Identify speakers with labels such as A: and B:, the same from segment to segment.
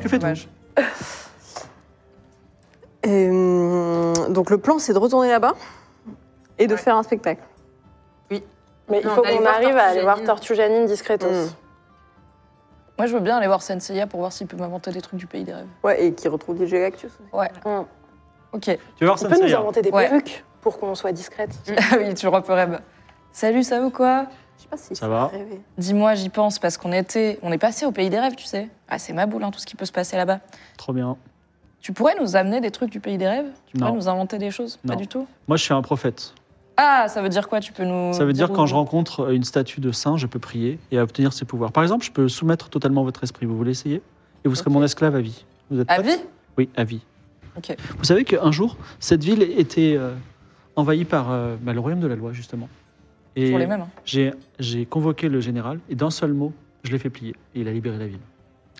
A: Que fais-tu
B: Et, hum, donc le plan, c'est de retourner là-bas et de
C: Ouais.
B: faire un spectacle.
D: Mais il
C: Non,
D: faut
C: d'aller
D: qu'on
C: voir
D: arrive à aller voir
C: Tortuganine.
D: Tortuganine discretos.
B: Mm.
A: Moi, je veux bien aller voir Senseiya pour voir s'il peut m'inventer des trucs du pays des rêves.
B: Ouais, et qui retrouve DJ Cactus. aussi.
A: Ok.
C: Tu veux voir
D: On peut nous
C: Senseiya
D: inventer des
A: Ouais.
D: perruques pour qu'on soit discrète.
A: Ah oui, toujours un peu
B: bah.
A: rêve. Salut, ça va ou quoi
B: Je sais pas si
C: Ça va.
B: rêver.
A: Dis-moi, j'y pense parce qu'on était, on est passé au pays des rêves, tu sais. Ah, c'est ma boule, hein, tout ce qui peut se passer là-bas.
C: Trop bien.
A: Tu pourrais nous amener des trucs du pays des rêves Tu pourrais
C: Non.
A: nous inventer des choses
C: Non.
A: Pas du tout.
C: Moi, je suis un prophète.
A: Ah, ça veut dire quoi Tu peux nous.
C: Ça veut dire
A: où-
C: quand je rencontre euh, une statue de saint, je peux prier et obtenir ses pouvoirs. Par exemple, je peux soumettre totalement votre esprit. Vous voulez essayer Et vous serez
A: Ok.
C: mon esclave à vie. Vous êtes
A: À
C: prête
A: vie
C: Oui, à vie.
A: Ok.
C: Vous savez qu'un jour, cette ville était euh, envahie par euh, bah, le royaume de la loi, justement. Et
A: Pour les mêmes. hein.
C: j'ai j'ai convoqué le général et d'un seul mot, je l'ai fait plier. Et il a libéré la ville.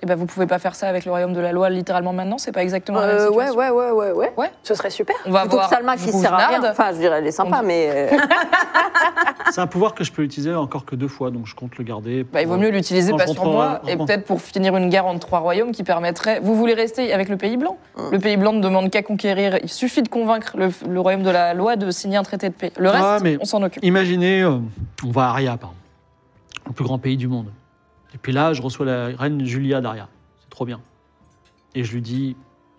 A: Eh ben, vous pouvez pas faire ça avec le royaume de la loi littéralement maintenant. C'est pas exactement la même
B: Euh, ouais,
A: situation.
B: ouais, ouais, ouais, ouais.
D: Ce serait super.
A: On va
B: Plutôt que
A: voir
B: Salma qui sert à rien.
A: Grousnard.
B: Enfin, je dirais, elle est sympa,
A: On dit-
B: mais. euh,
C: C'est un pouvoir que je peux utiliser encore que deux fois, donc je compte le garder.
A: Bah, il vaut
C: pour-
A: mieux l'utiliser
C: Quand
A: pas
C: je
A: sur
C: rentre-
A: moi
C: je
A: et
C: rentre-
A: peut-être pour finir une guerre entre trois royaumes qui permettrait. Vous voulez rester avec le pays blanc
D: Hein.
A: Le pays blanc ne demande qu'à conquérir. Il suffit de convaincre le, le royaume de la loi de signer un traité de paix. Le reste,
C: Ah, mais-
A: on s'en occupe.
C: Imaginez, euh, on va à Aria, par exemple, le plus grand pays du monde. Et puis là, je reçois la reine Julia d'Aria. C'est trop bien. Et je lui dis,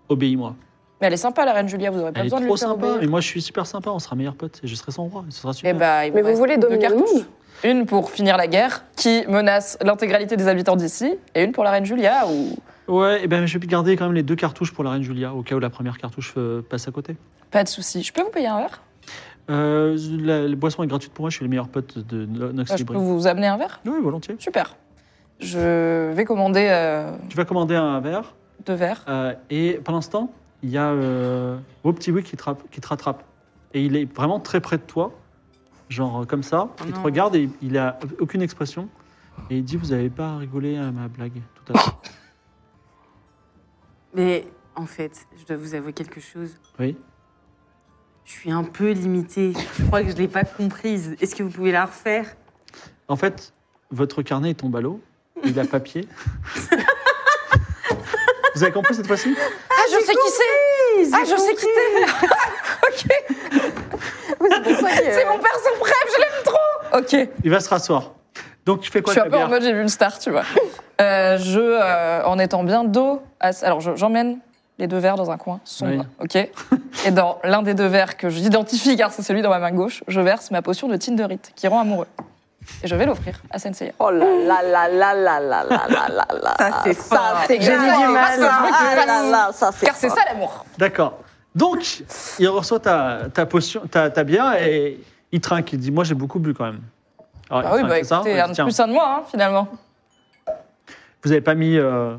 C: obéis-moi.
A: Mais elle est sympa la reine Julia. Vous aurez pas
C: Elle est
A: besoin de
C: trop
A: lui faire
C: sympa.
A: obéir.
C: Et moi, je suis super sympa. On sera meilleurs potes. Et je serai son roi. Et ce sera
A: Eh
C: super.
A: bah, il
D: Mais vous
A: reste
D: voulez
A: deux
D: dominer le
A: cartouches.
D: monde
A: Une pour finir la guerre qui menace l'intégralité des habitants d'ici et une pour la reine Julia ou
C: Ouais, et ben, je vais garder quand même les deux cartouches pour la reine Julia, au cas où la première cartouche euh, passe à côté.
A: pas de souci. Je peux vous payer un verre
C: Euh, la, la boisson est gratuite pour moi. Je suis le meilleur pote de No- Nox
A: Ah, Je peux
C: Libri.
A: vous amener un verre
C: Oui, volontiers.
A: Super. Je vais commander euh,
C: Tu vas commander un verre.
A: deux verres.
C: Euh, et pendant ce temps, il y a euh, vos petits oui qui te, rapp- qui te rattrape. Et il est vraiment très près de toi, genre euh, comme ça.
A: Oh
C: il te regarde et il a aucune expression. Et il dit Vous n'avez pas rigolé à ma blague tout à l'heure.
E: Mais en fait, je dois vous avouer quelque chose.
C: oui.
E: Je suis un peu limitée. Je crois que je ne l'ai pas comprise. Est-ce que vous pouvez la refaire
C: En fait, votre carnet tombe à l'eau. Il a papier. Vous avez compris cette fois-ci
A: Ah, je sais qui c'est. Ah, je sais qui c'est.
B: oui, c'est pour ça que, euh,
A: C'est mon perso préf, je l'aime trop Ok,
C: Il va se rasseoir. Donc tu fais
A: je
C: quoi
A: suis un
C: ta
A: peu en
C: bière
A: mode j'ai vu une star, tu vois. Euh, je, euh, en étant bien dos, à- alors je- j'emmène les deux verres dans un coin sombre, ok Et dans l'un des deux verres que j'identifie, car c'est celui dans ma main gauche, je verse ma potion de Tinderite, qui rend amoureux. Et je vais l'offrir à Sensei.
B: Oh là là là là là là là là là là.
E: Ça, c'est
B: Ça,
E: fort.
B: c'est
A: J'ai
B: grave.
A: mis du mal.
B: Ça, ah là là, ça, c'est
A: Car c'est
B: fort.
A: ça l'amour
C: D'accord. Donc, il reçoit ta, ta potion, ta, ta bière et il trinque. Il dit Moi, j'ai beaucoup bu quand même. Alors,
A: Bah
C: il
A: oui, bah
C: trinque ça, il
A: écoutez,
C: dit,
A: un de
C: Tiens,
A: plus un de moi, hein, finalement.
C: Vous n'avez pas mis euh,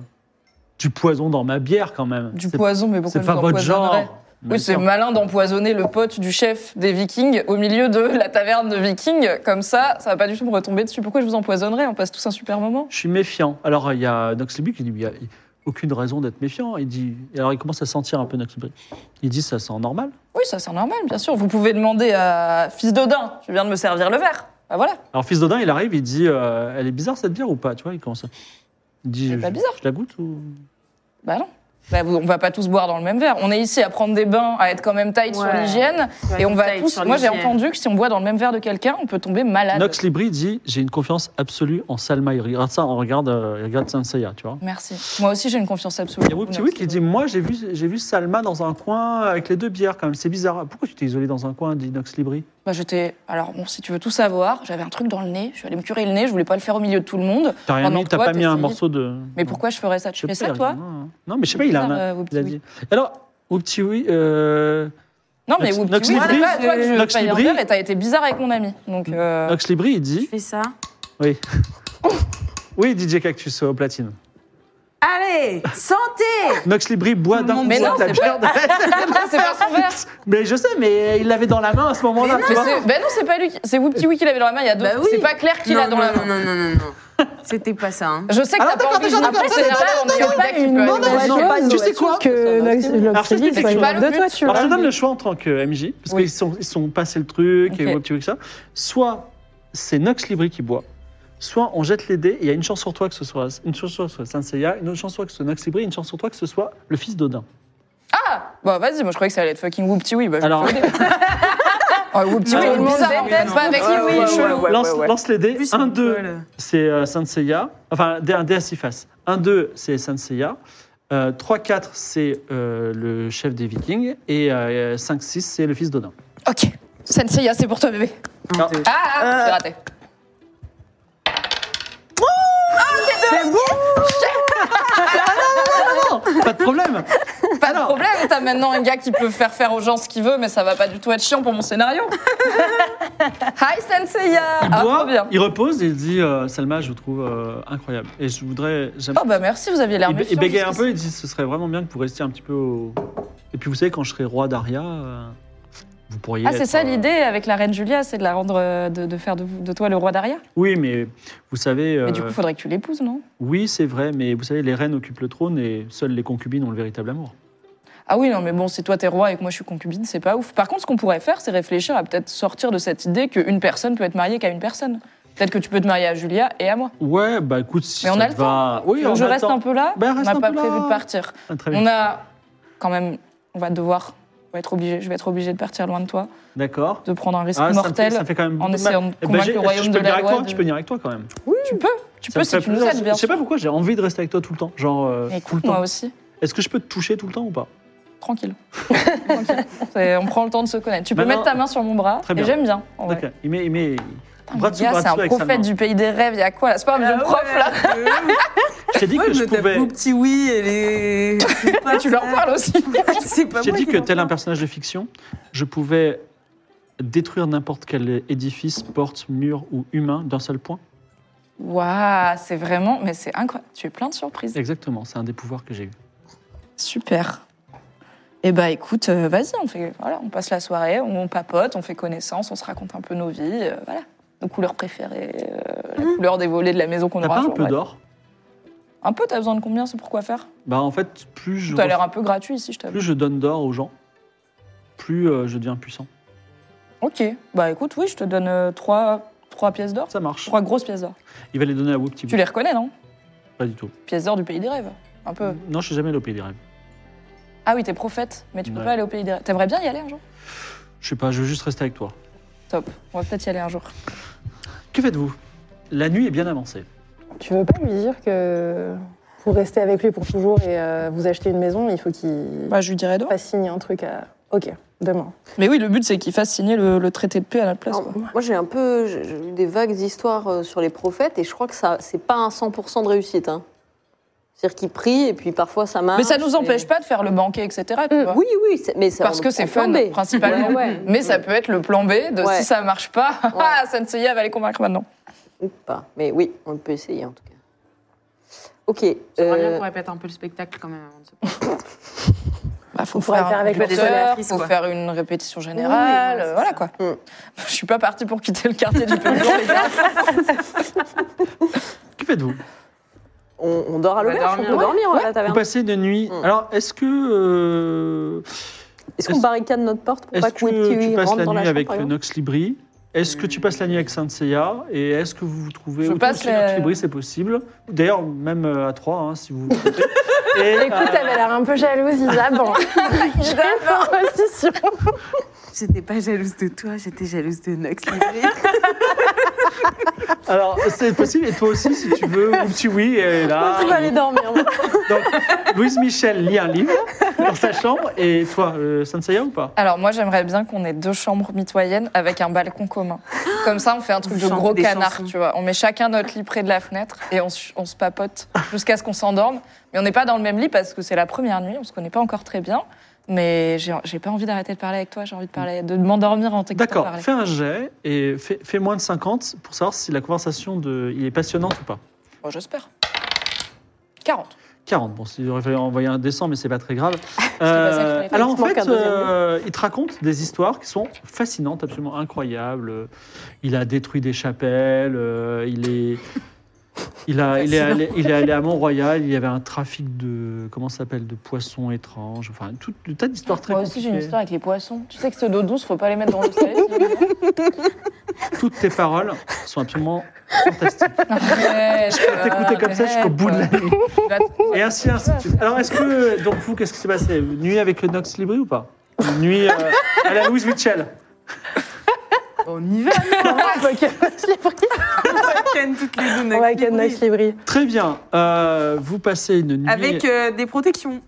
C: du poison dans ma bière quand même.
A: Du
C: C'est-
A: poison, mais pourquoi
C: C'est
A: je
C: pas
A: vous
C: votre
A: empoisonnerais
C: genre. Mais
A: Oui, c'est
C: tiens.
A: malin d'empoisonner le pote du chef des Vikings au milieu de la taverne de Vikings. Comme ça, ça va pas du tout me retomber dessus. Pourquoi je vous empoisonnerais On passe tous un super moment.
C: Je suis méfiant. Alors, il y a Noxlibri qui dit Il n'y a aucune raison d'être méfiant. Il dit et Alors, il commence à sentir un peu Noxlibri. Il dit Ça sent normal.
A: Oui, ça c'est normal, bien sûr. Vous pouvez demander à fils d'Odin. Je viens de me servir le verre. Bah voilà.
C: Alors, fils d'Odin, il arrive, il dit euh, Elle est bizarre cette bière ou pas Tu vois, il commence à. Il dit
A: Elle est
C: je,
A: pas bizarre.
C: je la goûte ou.
A: Bah non. Bah, vous- on va pas tous boire dans le même verre. On est ici à prendre des bains, à être quand même tight sur
E: Ouais.
A: l'hygiène, et on va tous. Moi j'ai entendu que si on boit dans le même verre de quelqu'un, on peut tomber malade.
C: Nox Libri dit J'ai une confiance absolue en Salma. Il regarde ça, on regarde, euh, il regarde Senseiya, tu vois.
A: Merci. Moi aussi j'ai une confiance absolue.
C: Il y a Whoopty Whoop qui dit Moi, j'ai vu, j'ai vu Salma dans un coin avec les deux bières, quand même. C'est bizarre. Pourquoi tu t'es isolé dans un coin dit Nox Libri
A: Bah, j'étais. Alors, bon, si tu veux tout savoir, j'avais un truc dans le nez. Je suis allée me curer le nez. Je voulais pas le faire au milieu de tout le monde.
C: T'as rien
A: Pendant
C: mis,
A: que
C: t'as
A: toi,
C: pas mis un
A: t'essayes.
C: morceau de.
A: Mais
C: Non.
A: pourquoi je ferais ça
C: Je
A: Tu
C: sais
A: fais
C: pas,
A: ça,
C: il
A: toi
C: regarde, hein. Non, non. Non, mais je sais pas, il a, un-
A: Bizarre, euh, Whoopty
C: il a
A: Whoop.
C: dit. Alors, Au petit oui, euh,
A: Non, mais
C: Nox-
A: Whoopty,
C: Nox
A: oui, c'est
C: Libri,
A: pas toi que je veux
C: Nox
A: pas dire
C: Libri.
A: bien, mais t'as été bizarre avec mon ami. Donc, euh,
C: Nox Libri, il
E: Je
C: dit
E: fais ça.
C: Oui, DJ Cactus euh, au platine.
E: Allez, santé
C: Nox Libri boit d'un
E: Mais
C: boit
A: non,
C: de la
A: c'est
C: bière de-
A: c'est pas son verre.
C: Mais je sais, mais il l'avait dans la main à ce moment-là. tu
A: Mais
C: vois.
A: c'est- ben non, c'est pas lui. qui- C'est Whoopty Wee qui l'avait dans la main. Il y a deux.
E: Bah oui.
A: C'est pas Claire qui l'a
E: Non,
A: dans
E: non,
A: la main.
E: Non, non, non, non, non. C'était pas ça. hein.
A: Je sais que
C: Alors,
A: t'as pas
C: d'accord,
A: envie de
C: d'accord,
A: jouer
C: d'accord,
A: c'est
C: d'accord,
A: là, on est
F: C'est
A: en
F: pas
A: gag, tu
F: une
A: peux
F: bonne
A: aller
C: non,
A: voir.
C: non,
F: raison
C: tu sais quoi
D: Euh,
F: que Nox-
C: Alors, je
F: l'obsédie,
C: sais que
F: c'est
C: c'est
A: pas le
F: de
A: but.
F: toi, tu
C: Alors, je
F: vois.
C: te donne le choix en tant que MJ, parce
A: Oui.
C: qu'ils sont, ils sont passés le truc,
A: Ok.
C: et tu veux que ça. Soit c'est Nox Libri qui boit, soit on jette les dés, et il y a une chance sur toi que ce soit, une chance sur toi que ce soit Saint Seiya, une autre chance sur toi que ce soit Nox Libri, une chance sur toi que ce soit le fils d'Odin.
A: Ah Bah vas-y, moi je croyais que ça allait être fucking Whoopty Wee. Bah, je-
C: Alors,
A: Ah, Whoopty
C: Ah,
A: Wee,
C: tout le monde
A: bizarre,
E: aime,
A: peut-être
E: non.
A: pas avec
B: Ouais,
A: lui,
B: ouais,
A: chelou.
B: ouais,
C: lance,
B: ouais, ouais.
C: lance les dés.
E: Plus,
C: 1,
E: on
C: 2,
E: colle.
C: c'est euh, Saint Seiya. Enfin, un dé à six faces. 1, 2, c'est Saint Seiya. 3, 4, c'est euh, le chef des Vikings. Et 5, 6, c'est le fils d'Odin.
A: Ok. Senseiya, c'est pour toi, bébé.
C: Non.
A: Ah, ah,
C: Euh,
A: j'ai raté.
C: Oh, Pas de problème
A: Pas de problème, t'as maintenant un gars qui peut faire faire aux gens ce qu'il veut, mais ça va pas du tout être chiant pour mon scénario. Hi Senseiya
C: Il
A: Ah,
C: boit,
A: trop bien.
C: il repose et il dit euh, Salma, je vous trouve euh, incroyable. Et je voudrais. j'aime-
A: Oh bah merci, vous aviez l'air
C: il,
A: méfiant.
C: il bégaye un
A: jusqu'ici.
C: peu, il dit Ce serait vraiment bien que vous restiez un petit peu au. Et puis vous savez, quand je serai roi d'Aria, euh, vous pourriez.
A: Ah, c'est
C: être,
A: ça
C: euh,
A: l'idée avec la reine Julia, c'est de la rendre, euh, de, de faire de, vous- de toi le roi d'Aria.
C: Oui, mais vous savez.
A: Mais du
C: euh,
A: coup, faudrait que tu l'épouses, non
C: Oui, c'est vrai, mais vous savez, les reines occupent le trône et seules les concubines ont le véritable amour.
A: Ah oui, non, mais bon, c'est toi t'es roi et que moi je suis concubine, c'est pas ouf. Par contre, ce qu'on pourrait faire, c'est réfléchir à peut-être sortir de cette idée qu'une personne peut être mariée qu'à une personne. Peut-être que tu peux te marier à Julia et à moi.
C: Ouais, bah écoute, si
A: Mais on
C: ça
A: a le
C: te va... Oui,
A: Donc,
C: on
A: je
C: a le
A: reste
C: temps.
A: un peu là.
C: Bah,
A: on
C: reste
A: n'a
C: un
A: pas
C: peu
A: prévu
C: là.
A: de partir.
C: Ah, très bien.
A: On a quand même, on va devoir, on va être obligé, je vais être obligé de partir loin de toi,
C: D'accord.
A: de prendre un risque
C: Ah, ça me fait-
A: mortel
C: ça me fait quand même
A: en
C: mal.
A: essayant de
C: Eh ben,
A: convaincre
C: j'ai-
A: le
C: est-ce que
A: royaume
C: je
A: de
C: peux venir
A: la
C: avec
A: loi.
C: toi
A: de-
C: Je peux venir avec toi quand même.
A: Tu peux, tu
C: Ça
A: peux
C: me
A: si
C: ferait
A: tu nous
C: plaisir.
A: aides bien.
C: Je sais pas pourquoi j'ai envie de rester avec toi tout le temps. Genre, euh,
A: Mais
C: tout le
A: écoute, moi
C: temps.
A: aussi,
C: Est-ce que je peux te toucher tout le temps ou pas
A: tranquille. Tranquille. C'est- On prend le temps de se connaître. Tu peux
C: Maintenant-
A: mettre ta main sur mon bras,
C: Très
A: et
C: bien.
A: j'aime bien. en vrai.
C: D'accord. Il met. Il met...
A: Putain,
C: bras
A: le
C: dessous,
A: gars,
C: bras
A: c'est
C: dessous
A: un
C: avec sa
A: prophète
C: main.
A: du pays des rêves, il y a quoi là C'est pas un
E: Ah
A: vieux prof là
C: Je t'ai dit que je pouvais.
E: Mon petit oui, elle est.
A: Et tu leur parles aussi
E: C'est pas
C: J'ai
E: moi
C: dit
E: qui
C: que
E: leur
C: tel un
E: parle.
C: personnage de fiction, je pouvais détruire n'importe quel édifice, porte, mur ou humain d'un seul point.
A: Waouh, c'est vraiment, mais c'est incroyable. Tu es plein de surprises.
C: Exactement. C'est un des pouvoirs que j'ai eu.
A: Super. Eh bah écoute, euh, vas-y, on fait, voilà, on passe la soirée, on papote, on fait connaissance, on se raconte un peu nos vies, euh, voilà, nos couleurs préférées, euh, la couleur des volets de la maison qu'on
C: Mhm. T'as
A: aura.
C: pas un
A: jour,
C: peu
A: bref.
C: d'or
A: Un peu, t'as besoin de combien, c'est pourquoi faire
C: Bah en fait, plus je
A: Tout a l'air un peu gratuit ici, je t'avoue.
C: plus je donne d'or aux gens, plus euh, je deviens puissant.
A: Ok, bah écoute, oui, je te donne euh, trois, trois pièces d'or,
C: Ça marche.
A: trois grosses pièces d'or.
C: Il va les donner à Whoopty.
A: Tu les reconnais, non
C: Pas du tout.
A: Pièces d'or du pays des rêves, un peu.
C: Non, je suis jamais allé au Pays des Rêves.
A: Ah oui, t'es prophète, mais tu peux
C: Ouais.
A: pas aller au pays des rêves. T'aimerais bien y aller un jour
C: Je sais pas, je veux juste rester avec toi.
A: Top, on va peut-être y aller un jour.
C: Que faites-vous La nuit est bien avancée.
D: Tu veux pas lui dire que pour rester avec lui pour toujours et euh, vous acheter une maison, il faut qu'il
A: Bah, je lui dirais non.
D: fasse signer un truc à. Ok, demain.
A: Mais oui, le but, c'est qu'il fasse signer le, le traité de paix à la place.
B: Alors,
A: quoi.
B: moi, j'ai un peu j'ai- j'ai eu des vagues histoires euh, sur les prophètes et je crois que ça, c'est pas un 100% de réussite. hein. C'est-à-dire qu'ils prient et puis parfois ça marche.
A: Mais ça nous empêche
B: et-
A: pas de faire le banquet, etc. tu vois.
B: Euh, Mm. Oui, oui, c'est- mais ça,
A: Parce
B: on
A: que
B: le
A: c'est
B: prend
A: fun,
B: plan B.
A: principalement.
B: Ouais, ouais.
A: Mais ça peut être le plan B de
B: Ouais.
A: si ça marche pas, ah, Senseiya va les convaincre maintenant.
B: Ou pas. Mais oui, on peut essayer en tout cas. Ok.
E: J'aimerais bien
B: euh,
E: qu'on répète un peu le spectacle quand même avant de se
A: Bah, faut
D: On pourrait faire
A: un
D: avec le
A: concert,
E: désolé, actrice,
A: faut
E: quoi.
A: faire une répétition générale,
E: Oui, oui,
A: euh, voilà
E: c'est
A: quoi.
B: Mm.
A: Je suis pas partie pour quitter le quartier du Périgord, les gars.
C: Que faites-vous
B: on, on dort à
E: On va
B: l'auberge, on
E: dormir,
B: peut
E: ouais.
B: dormir à la
C: Vous
B: taverne.
C: passez une nuit.
B: Mm.
C: Alors, est-ce que euh,
B: Est-ce qu'on
C: Est-ce-
B: barricade notre porte pour
C: est-ce
B: pas que Whitty
C: que tu
B: Wee
C: passes
B: rentre
C: la
B: dans
C: nuit
B: la chambre
C: avec
B: par exemple
C: Nox Libri Est-ce que tu passes la nuit avec Saint Seiya Et est-ce que vous vous trouvez
A: Je
C: autour
A: passe
C: de Nox
A: la-
C: Libri C'est possible. D'ailleurs, même euh, à trois, hein, si vous. le souhaitez. Et,
D: Écoute,
C: euh,
D: t'avais l'air un peu jalouse, Isabelle.
E: J'étais pas jalouse de toi, j'étais jalouse de Nox.
C: alors, c'est possible. Et toi aussi, si tu veux, ou petit Ah, oui, et là.
B: Je vais aller dormir. moi.
C: Donc, Louise Michel lit un livre dans sa chambre. Et toi, euh, Saint Seiya ou pas
A: Alors moi j'aimerais bien qu'on ait deux chambres mitoyennes avec un balcon commun. Comme ça on fait un truc
E: Vous
A: de
E: chantez
A: gros
E: des
A: canard,
E: chansons.
A: tu vois. On met chacun notre lit près de la fenêtre et on, se- on se papote jusqu'à ce qu'on s'endorme. Mais on n'est pas dans le même lit parce que c'est la première nuit, on se connaît pas encore très bien. Mais j'ai j'ai pas envie d'arrêter de parler avec toi, j'ai envie de parler, de m'endormir en t'écoutant
C: D'accord,
A: parler.
C: fais un jet et fais, fais moins de 50 pour savoir si la conversation de, il est passionnante ou pas.
A: Moi, Oh, j'espère. 40.
C: 40, bon, il aurait fallu envoyer un dessin, mais c'est pas très grave.
A: ça qu'il fallait
C: alors en
B: faire. Il te manque
C: fait,
B: un deuxième
C: euh, il te raconte des histoires qui sont fascinantes, absolument incroyables. Euh, Il a détruit des chapelles, euh, il est. Il, a, il, est allé, il est allé à Mont-Royal, il y avait un trafic de. Comment ça s'appelle De poissons étranges, enfin, tout un tas d'histoires très
A: Moi aussi, j'ai une
C: compliquées.
A: histoire avec les poissons. Tu sais que ce dos douce, faut pas les mettre dans le salé. sinon-
C: Toutes tes paroles sont absolument fantastiques.
A: Arrête,
C: T'écouter comme ça jusqu'au bout de la
A: arrête.
C: nuit.
A: Tu vas te-
C: Et ainsi, ainsi de suite. Alors, est-ce que, donc, vous, qu'est-ce qui s'est passé Une Nuit avec le Nox Libri ou pas Une Nuit euh, à la Louise Mitchell
E: On y va,
D: On va ken Max Libri.
E: Ken, toutes les deux.
D: On
E: Nox
D: va ken
E: Libri.
D: Max Libri.
C: Très bien. Euh, vous passez une nuit.
E: Avec euh, des protections.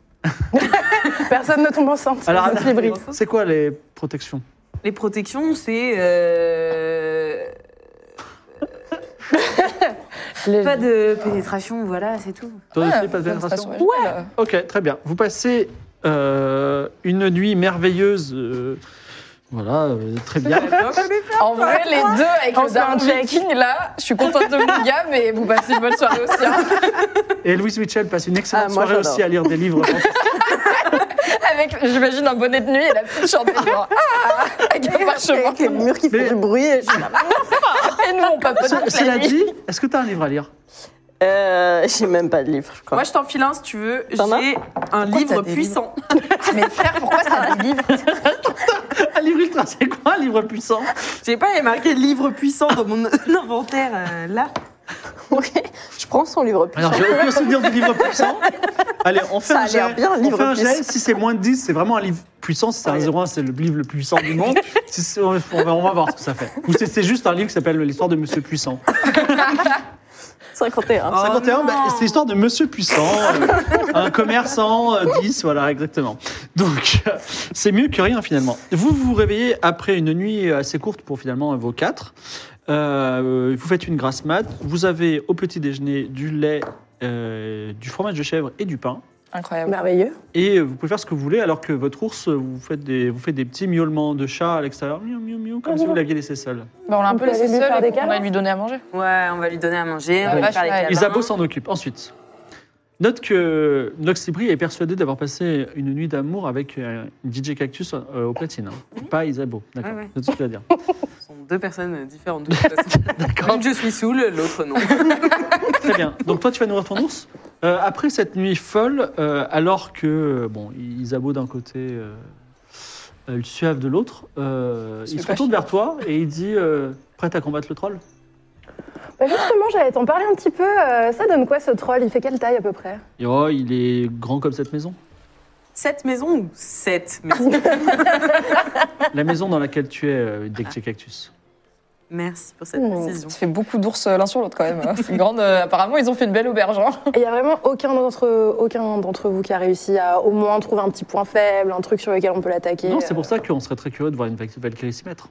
D: Personne ne tombe enceinte.
C: Alors,
D: Max Libri.
C: c'est quoi les protections
E: Les protections, c'est. euh,
D: Les-
E: Pas de pénétration, voilà, c'est tout.
C: Toi
A: Ouais,
C: aussi, pas de
A: bonne
C: pénétration
A: façon, ouais. Euh,
C: Ok, très bien. Vous passez euh, une nuit merveilleuse. euh, voilà, euh, très bien.
A: En vrai, les deux avec
D: On
A: le
D: se fait un
A: Dark
D: check.
A: Viking, là, je suis contente de mon gars, mais vous passez une bonne soirée aussi. hein.
C: Et Louise Mitchell passe une excellente
B: Ah, moi,
C: soirée
B: j'adore.
C: aussi à lire des livres.
A: Avec, j'imagine, un bonnet de nuit et la petite chandelle. genre, Ah Avec un parchemin.
B: Avec les murs qui font
C: Mais-
B: du bruit. et-
A: Et nous, on papote toute la
C: Cela
A: nuit.
C: dit, est-ce que tu as un livre à lire
B: Euh, J'ai même pas de livre, je crois.
E: Moi, je t'enfile un si tu veux.
B: T'en as
E: J'ai un livre puissant.
A: Mais frère, pourquoi ça des livres
C: Un livre ultra, c'est quoi un livre puissant
E: Je sais pas, il y a marqué livre puissant dans mon inventaire euh, là.
B: Ok, je prends son livre puissant.
C: Alors, Ah j'ai aucun souvenir du livre puissant. Allez, on fait
B: Ça
C: un
B: a
C: jet.
B: l'air bien, le
C: on
B: livre
C: fait un
B: puissant.
C: jet. Si c'est moins de 10, c'est vraiment un livre puissant. Si c'est un
B: Ouais.
C: 0,1, c'est le livre le plus puissant du monde. Si c'est- on, va, on va voir ce que ça fait. Ou si c'est juste un livre qui s'appelle L'histoire de Monsieur Puissant.
B: 51.
E: Oh
C: 51,
E: non.
C: bah, c'est l'histoire de Monsieur Puissant, euh, un commerçant, euh, 10, voilà, exactement. Donc, euh, c'est mieux que rien finalement. Vous vous réveillez après une nuit assez courte pour finalement vos quatre. Euh, vous faites une grasse mat. Vous avez au petit déjeuner du lait, euh, du fromage de chèvre et du pain.
A: Incroyable.
D: Merveilleux.
C: Et vous pouvez faire ce que vous voulez, alors que votre ours, vous faites des, vous faites des petits miaulements de chat à l'extérieur, miou, miou, miou, comme si vous l'aviez laissé seul.
A: Bah, on l'a un
D: On
A: peu
D: peut
A: laissé
D: aller lui
A: seul
D: faire
A: et
D: des
A: on va
D: câlins
A: lui donner à manger.
E: Ouais, on va lui donner à manger,
A: Ah,
E: on va
A: vache,
E: lui faire les
A: ouais.
E: câlins.
C: Isabeau s'en occupe ensuite. Note que Nox Libri est persuadé d'avoir passé une nuit d'amour avec euh, DJ Cactus euh, au platine. hein. Pas Isabeau, d'accord.
E: Ouais, ouais.
C: C'est ce que tu vas dire.
E: Ce sont deux personnes différentes de toute façon. L'une, je suis saoule, l'autre non.
C: Très bien. Donc toi, tu vas nourrir ton ours. Euh, après cette nuit folle, euh, alors que bon, Isabeau d'un côté, euh, euh, le suave de l'autre, euh,
A: Se
C: il
A: fait
C: se
A: pas
C: retourne vers toi et il dit euh, Prête à combattre le troll
D: Bah, justement, j'allais t'en parler un petit peu. Euh, ça donne quoi ce troll Il fait quelle taille à peu près
C: Et oh, il est grand comme cette maison.
E: Sept maisons ou sept maisons
C: La maison dans laquelle tu es, euh, dès que tu es cactus.
E: Merci pour cette
D: Mmh.
E: précision.
A: Ça fait beaucoup d'ours euh, l'un sur l'autre quand même. hein. C'est une grande. euh, apparemment, ils ont fait une belle auberge. hein.
D: Et Il n'y a vraiment aucun d'entre aucun d'entre vous qui a réussi à au moins trouver un petit point faible, un truc sur lequel on peut l'attaquer.
C: Non, c'est pour ça qu'on serait très curieux de voir une Val- Valkyrie s'y mettre.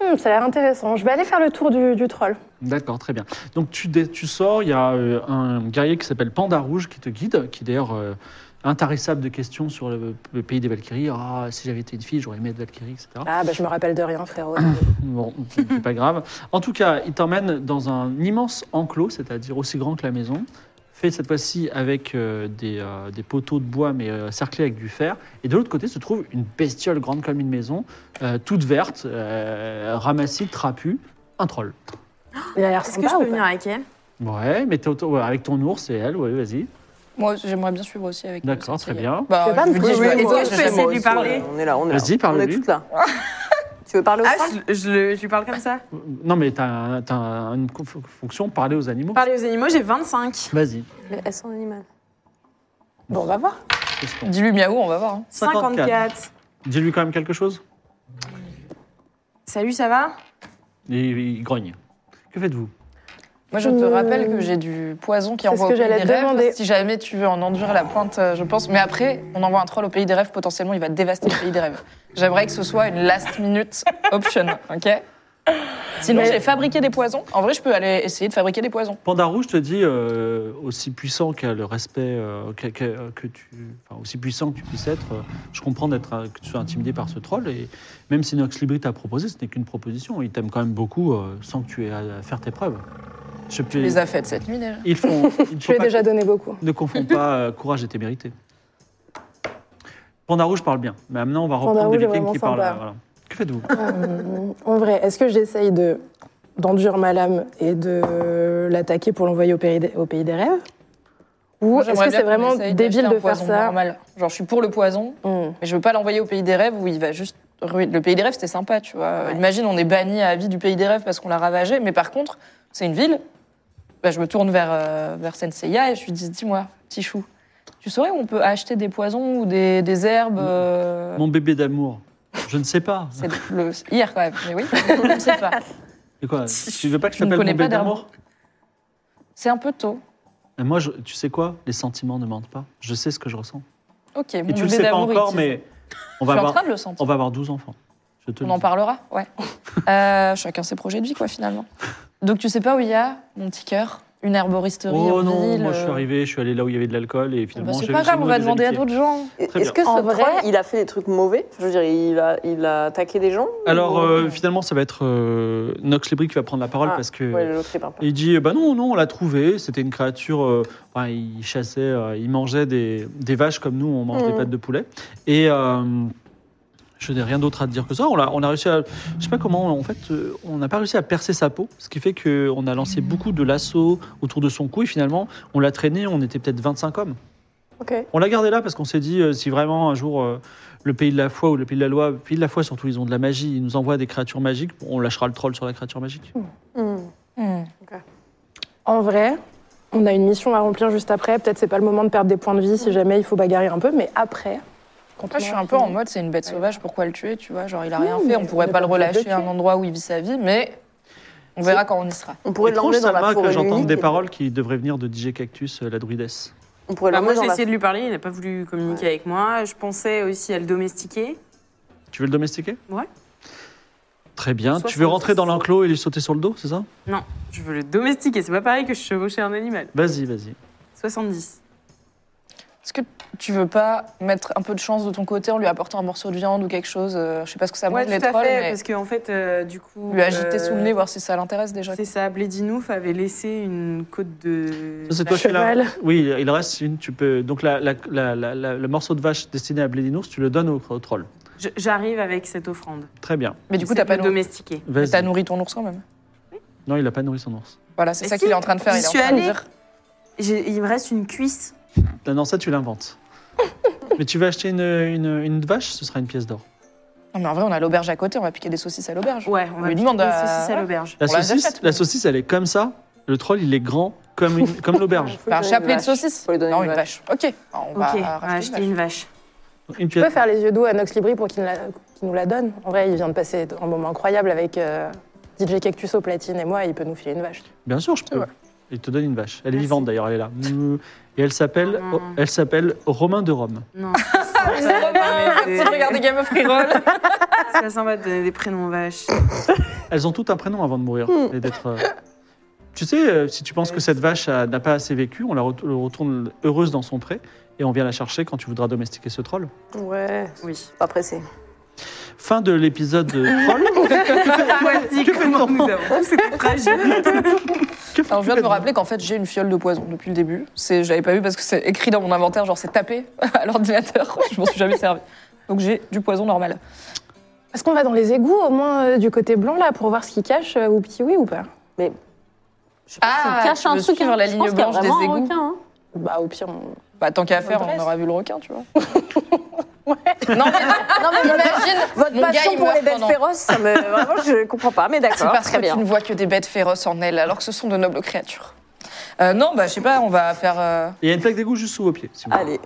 D: Hum, ça a l'air intéressant. Je vais aller faire le tour du, du troll.
C: D'accord, très bien. Donc tu, dé- tu sors, il y a euh, un guerrier qui s'appelle Panda Rouge qui te guide, qui est d'ailleurs euh, intarissable de questions sur le, le pays des Valkyries. Ah, si j'avais été une fille, j'aurais aimé être Valkyrie, etc.
D: Ah bah je me rappelle de rien, frérot.
C: Bon, c'est pas grave. En tout cas, il t'emmène dans un immense enclos, c'est-à-dire aussi grand que la maison, fait cette fois-ci avec euh, des, euh, des poteaux de bois, mais euh, cerclés avec du fer. Et de l'autre côté se trouve une bestiole grande comme une maison, euh, toute verte, euh, ramassée, trapue, un troll.
D: Il a l'air
E: Est-ce que je
D: sympa
E: peux
D: ou
E: venir
D: pas
E: avec elle
C: Ouais, mais t'es autour- ouais, avec ton ours et elle, ouais, vas-y.
A: Moi, j'aimerais bien suivre aussi avec.
C: D'accord,
A: cette
C: très
A: fille.
C: bien.
A: Bah,
D: Je vais pas
A: je
D: me
A: lui dis,
D: coucher,
A: je
D: je
A: vais
D: vais
A: aller
E: aller
A: voir.
E: voir. je peux essayer de lui parler
B: On est là, on est là.
C: Vas-y,
B: On est
C: parle-lui.
B: toutes là. tu veux parler au
E: Ah,
B: troll
E: je, je le- je lui parle comme ça.
C: Non, mais t'as un- t'as un- une co- fonction parler aux animaux.
A: Ah.
E: Parler aux animaux, j'ai 25.
C: Vas-y.
B: Mais Elles sont animales.
D: Bon, on va voir.
C: question.
A: Dis-lui miaou, on va voir. hein.
C: 54.
E: 54.
C: Dis-lui quand même quelque chose.
E: Salut, ça va
C: Et il grogne. Que faites-vous
A: Moi, je te
D: Euh,
A: rappelle que j'ai du poison qui
D: c'est
A: envoie
D: ce
A: au
D: que
A: pays
D: j'allais
A: des
D: te demander.
A: rêves. Si jamais tu veux en endurer la pointe, euh, je pense. Mais après, on envoie un troll au pays des rêves. Potentiellement, il va dévaster le pays des rêves. J'aimerais que ce soit une last minute option, ok Sinon,
D: Mais-
A: j'ai fabriqué des poisons. En vrai, je peux aller essayer de fabriquer des poisons.
C: Panda Rouge te dit, euh, aussi puissant qu'a le respect, euh, qu'a- qu'a- euh, que tu, enfin, aussi puissant que tu puisses être, euh, je comprends d'être, euh, que tu sois intimidé par ce troll. Et même si Nox Libri t'a proposé, ce n'est qu'une proposition. Il t'aime quand même beaucoup euh, sans que tu aies à faire tes preuves. Je peux-
A: Tu les as faites cette nuit déjà.
C: Ils font. il ne
D: Je lui
C: faut
D: ai
C: pas
D: déjà donné beaucoup.
C: Ne confonds pas euh, courage et témérité. Panda Rouge parle bien. Mais maintenant, on va
D: Panda
C: reprendre des
D: Rouge est
C: vikings
D: vraiment
C: qui parlent.
D: sympa.
C: euh, voilà. Que faites-vous
D: Euh, en vrai, est-ce que j'essaye de d'endurer ma lame et de l'attaquer pour l'envoyer au, pays des- au pays des rêves Ou
A: Moi,
D: est-ce
A: j'aimerais
D: que
A: bien
D: c'est
A: qu'on
D: vraiment
A: essaye
D: débile
A: d'acheter un
D: de faire
A: poison
D: ça
A: normal. Genre, je suis pour le poison,
D: Hmm.
A: mais je veux pas l'envoyer au pays des rêves où il va juste. ruiner. Le pays des rêves, c'était sympa, tu vois.
E: Ouais.
A: Imagine, on est banni à vie du pays des rêves parce qu'on l'a ravagé, mais par contre, c'est une ville. Bah, je me tourne vers, euh, vers Senseiya et je lui dis Dis-moi, petit chou, tu saurais où on peut acheter des poisons ou des, des herbes euh,
C: Mon bébé d'amour. Je ne sais pas.
A: C'est le- hier quand même, mais oui, je ne sais pas.
C: Et quoi Tu veux pas que je
A: Je ne
C: t'appelle mon
A: connais
C: bébé
A: pas d'arbre.
C: d'amour
A: C'est un peu tôt.
C: Et Moi, je- tu sais quoi Les sentiments ne mentent pas. Je sais ce que je ressens.
A: Ok, mon
C: Et tu le
A: bébé
C: sais pas
A: d'amour, il
C: encore,
A: tease.
C: mais on
A: Je
C: va,
A: suis en
C: avoir,
A: train de le sentir.
C: on va avoir 12 enfants. Je te
A: On
C: le
A: en
C: dis.
A: parlera, ouais. Euh, chacun ses projets de vie, quoi, finalement. Donc, tu sais pas où il y a, mon petit cœur, une herboristerie
C: Oh
A: en
C: non,
A: ville.
C: moi je suis
A: euh.
C: arrivé, je suis allé là où il y avait de l'alcool et
A: Bah,
C: finalement j'ai
A: c'est
C: vu
A: pas
C: chez
A: grave,
C: nous
A: on va
C: des
A: demander à
C: amitiés.
A: d'autres gens.
C: Très
B: Est-ce
C: bien.
B: que ce
D: En
B: troll,
D: vrai-
B: il a fait des trucs mauvais Je veux dire, il a, il a attaqué des gens
C: Alors
B: ou-
C: euh, finalement, ça va être euh, Nox Libri qui va prendre la parole
B: Ah,
C: parce que
B: Ouais, l'autre, il parle pas.
C: Et Il dit bah non non on l'a trouvé c'était une créature euh, enfin, il chassait euh, il mangeait des, des vaches comme nous on mange des
B: Mhm.
C: pattes de poulet et euh, je n'ai rien d'autre à te dire que ça on a, on a réussi à je sais pas comment en fait euh, on n'a pas réussi à percer sa peau ce qui fait que on a lancé beaucoup de lasso autour de son cou et finalement on l'a traîné on était peut-être 25 hommes
B: Ok.
C: on l'a gardé là parce qu'on s'est dit euh, si vraiment un jour euh, le pays de la foi ou le pays de la loi le pays de la foi surtout ils ont de la magie ils nous envoient des créatures magiques on lâchera le troll sur la créature magique
B: Hmm.
A: Hmm.
D: En vrai, on a une mission à remplir juste après. Peut-être c'est pas le moment de perdre des points de vie si jamais il faut bagarrer un peu, mais après. Quand
A: Moi, je suis
D: aura
A: un peu en
D: fini-
A: mode, c'est une bête sauvage, pourquoi le tuer, tu vois Genre, il a rien
D: Oui,
A: fait, on
D: mais
A: pourrait
D: on est
A: pas le
D: pas obligé de le
A: relâcher à un
D: tuer.
A: endroit où il vit sa vie, mais on verra quand on y sera.
B: On pourrait
C: Étrange,
B: l'emmener dans
C: ça m'a
B: la
C: que
B: forêt
C: j'entende
B: lunaire
C: des
B: et-
C: paroles qui devraient venir de DJ Cactus, euh, la druidesse.
B: On pourrait
E: Bah, moi,
B: l'emmener
E: j'ai
B: dans la
E: essayé de lui parler, il n'a pas voulu communiquer avec moi. Je pensais aussi à le domestiquer.
C: Tu veux le domestiquer
E: Ouais.
C: Très bien.
E: Soixante-
C: Tu veux rentrer dans l'enclos et lui sauter sur le dos, c'est ça
E: Non, je veux le domestiquer. C'est pas pareil que je chevauchais un animal.
C: Vas-y, vas-y.
E: 70.
A: Est-ce que tu veux pas mettre un peu de chance de ton côté en lui apportant un morceau de viande ou quelque chose euh, Je sais pas ce que ça
E: ouais,
A: mange
E: tout
A: les
E: à
A: trolls,
E: fait,
A: mais
E: parce qu'en fait, euh, du coup.
A: lui agiter
E: euh,
A: sous le nez, voir si ça l'intéresse déjà.
E: C'est ça, Blédinouf avait laissé une côte de.
C: Ça, c'est toi qui l'as.
D: Cheval.
C: Oui, il- il reste une. Tu peux. Donc la- la- la- la- la- le morceau de vache destiné à Blédinours, tu le donnes au, au troll.
E: Bah, Je- J'arrive avec cette offrande.
C: Très bien.
A: Mais du coup,
E: J'essaie
A: t'as
E: de
A: pas
E: le
A: nourri,
E: domestiquer.
C: Vas-y.
A: t'as nourri ton ours quand même.
C: Non, il n'a pas nourri son ours.
A: Voilà, c'est
E: Mais
A: ça
E: si,
A: qu'il est en train de faire.
E: j'y
A: Il est en
E: suis
A: train de
E: allée.
A: dire
E: J'ai- Il me reste une cuisse.
C: Ah Non, ça tu l'inventes. Mais tu vas acheter une, une- une vache, ce sera une pièce d'or.
A: Non, mais en vrai, on a l'auberge à côté, on va piquer des saucisses à l'auberge.
E: Ouais, on
A: On
E: va
A: lui
E: piquer
A: demande
E: des
A: à-
E: saucisses à
A: ouais.
E: l'auberge.
C: La
A: On la
C: saucisse,
A: achète,
C: la
A: oui.
C: saucisse, elle est comme ça. Le troll, il est grand comme une- comme l'auberge.
B: Faut
A: Enfin,
B: lui
A: un
B: donner
A: chapelet
B: une
A: de saucisses
B: Faut lui donner
A: Non,
B: une
A: une vache. Ok, Alors, on
E: Ok,
A: va
E: on
A: euh,
E: va
A: racheter
E: acheter
A: une
E: une
A: vache.
E: vache.
C: Une
D: Je
C: pièce.
D: peux faire les yeux doux à Nox Libri pour qu'il, la- qu'il nous la donne. En vrai, il vient de passer un moment incroyable avec euh, DJ Cactus au platine et moi, il peut nous filer une vache.
C: Bien sûr, je peux.
A: Ouais.
C: Il te donne une vache. Elle est
E: Merci.
C: vivante d'ailleurs, elle est là. Et elle s'appelle,
E: Oh.
C: elle s'appelle Romain de Rome.
E: Non.
A: Ils ont remarqué, si regardez Game of Thrones.
E: C'est pas sympa de donner des prénoms vaches.
C: Elles ont tout un prénom avant de mourir
A: Hmm.
C: et d'être. euh, Tu sais, euh, si tu penses que cette vache a- n'a pas assez vécu, on la re- le retourne heureuse dans son pré et on vient la chercher quand tu voudras domestiquer ce troll.
B: vache. Ouais,
E: Oui.
B: pas pressé.
C: Fin de l'épisode de troll.
E: Voici
C: Que fait
E: comment
C: le temps
E: nous avons tous été fragiles.
C: Que fais-tu
A: Alors, je viens de me
C: là-dedans
A: rappeler qu'en fait, j'ai une fiole de poison depuis le début. C'est, je l'avais pas vu parce que c'est écrit dans mon inventaire, genre c'est tapé à l'ordinateur. Je m'en suis jamais servi. Donc j'ai du poison normal.
D: Est-ce qu'on va dans les égouts, au moins euh, du côté blanc, là, pour voir ce qu'il cache, euh, ou petit oui ou pas
B: Je sais pas
A: Ah,
B: s'il cache
A: tu
B: un
A: veux
B: truc.
A: suivre
B: hein.
A: la
B: Je
A: ligne
B: pense qu'il y a
A: blanche des
B: vraiment un
A: égouts.
B: requin, hein.
D: Bah, au pire, on...
A: Bah, tant qu'à
D: Ça
A: faire, on
D: m'intéresse.
A: aura vu le requin, tu vois. Non, mais, non, mais imagine,
B: Votre
A: mon gars,
B: passion
A: il
B: pour
A: meurt
B: les bêtes
A: pendant- Ah,
B: féroces, ça me... vraiment, je comprends pas. Mais
A: C'est
B: d'accord,
A: parce
B: très
A: que
B: bien.
A: tu ne vois que des bêtes féroces en elle, alors que ce sont de nobles créatures. Euh, non, bah je sais pas, on va faire. euh,
C: Il y a une plaque d'égout juste sous vos pieds. si vous voulez.
B: Allez,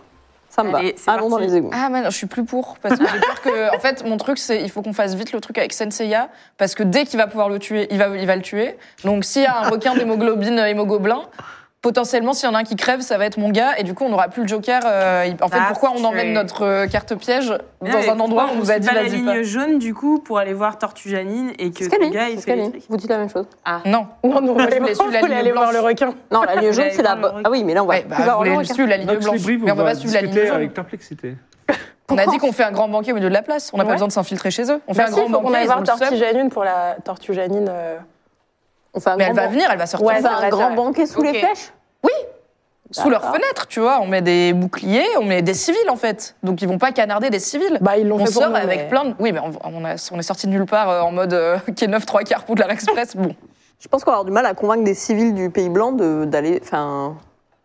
B: ça me va.
E: Allez, c'est
B: Allons dans
E: parti.
B: les égouts.
A: Ah mais non, je suis plus pour parce que j'ai peur que. En fait, mon truc c'est il faut qu'on fasse vite le truc avec Senseiya parce que dès qu'il va pouvoir le tuer, il va, il va le tuer. Donc s'il y a un requin d'hémoglobine hémoglobin, euh, potentiellement, s'il y en a un qui crève, ça va être mon gars, et du coup, on n'aura plus le joker. euh, il- en fait,
E: That's
A: pourquoi on emmène
E: true.
A: notre euh, carte piège
E: Mais
A: dans
E: non, mais
A: un endroit où
E: pourquoi
A: on nous a
E: suit
A: dit
E: pas la
A: vas-y pas
E: ligne jaune du coup pour aller voir Tortue Janine et que
B: C'est
E: le
B: calé,
E: gars il
B: c'est
E: fait les
B: calé.
E: trucs.
B: Vous dites la même chose.
A: Non,
D: Non, non,
A: Moi, je
D: je
A: voulais
D: voulais
A: suivre la ligne
D: aller voir le
A: blanche.
D: requin.
B: Non, la ligne jaune, c'est la
E: Vous allez
B: bonne. Ah oui, mais là, on va.
A: ouais, bah, je voulais suivre la ligne blanche.
C: Noxlibri, vous
A: Mais on va pas
C: va
A: suivre la ligne
C: discuter
A: jaune.
C: avec perplexité.
A: On a dit qu'on fait un grand banquet au milieu de la place. On n'a pas
D: Ouais.
A: besoin de s'infiltrer chez eux. On fait
D: Bah
A: un
D: si,
A: grand
D: faut qu'on
A: banquet.
D: aille
A: ils ont
D: voir
A: le seum.
D: Tortue Janine pour la Tortue Janine. euh,
B: On fait un
A: Mais elle
B: grand
A: va
B: ban-
A: venir, elle va sortir
D: Ouais,
B: On fait
D: ça va,
B: un
D: ça
B: grand
D: va.
B: banquet sous
E: Ok.
B: les flèches.
A: sous leurs
B: D'accord.
A: fenêtres, tu vois. On met des boucliers, on met des civils en fait. Donc ils vont pas canarder des civils.
D: Bah ils l'ont
A: On
D: fait pour
A: sort
D: nous,
A: avec
D: mais-
A: plein de. Oui, mais on, on a- on est sorti de nulle part euh, en mode euh, qui est 9 3 quarts pour de la Express. Bon,
B: Je pense qu'on va avoir du mal à convaincre des civils du Pays Blanc de- d'aller. Enfin,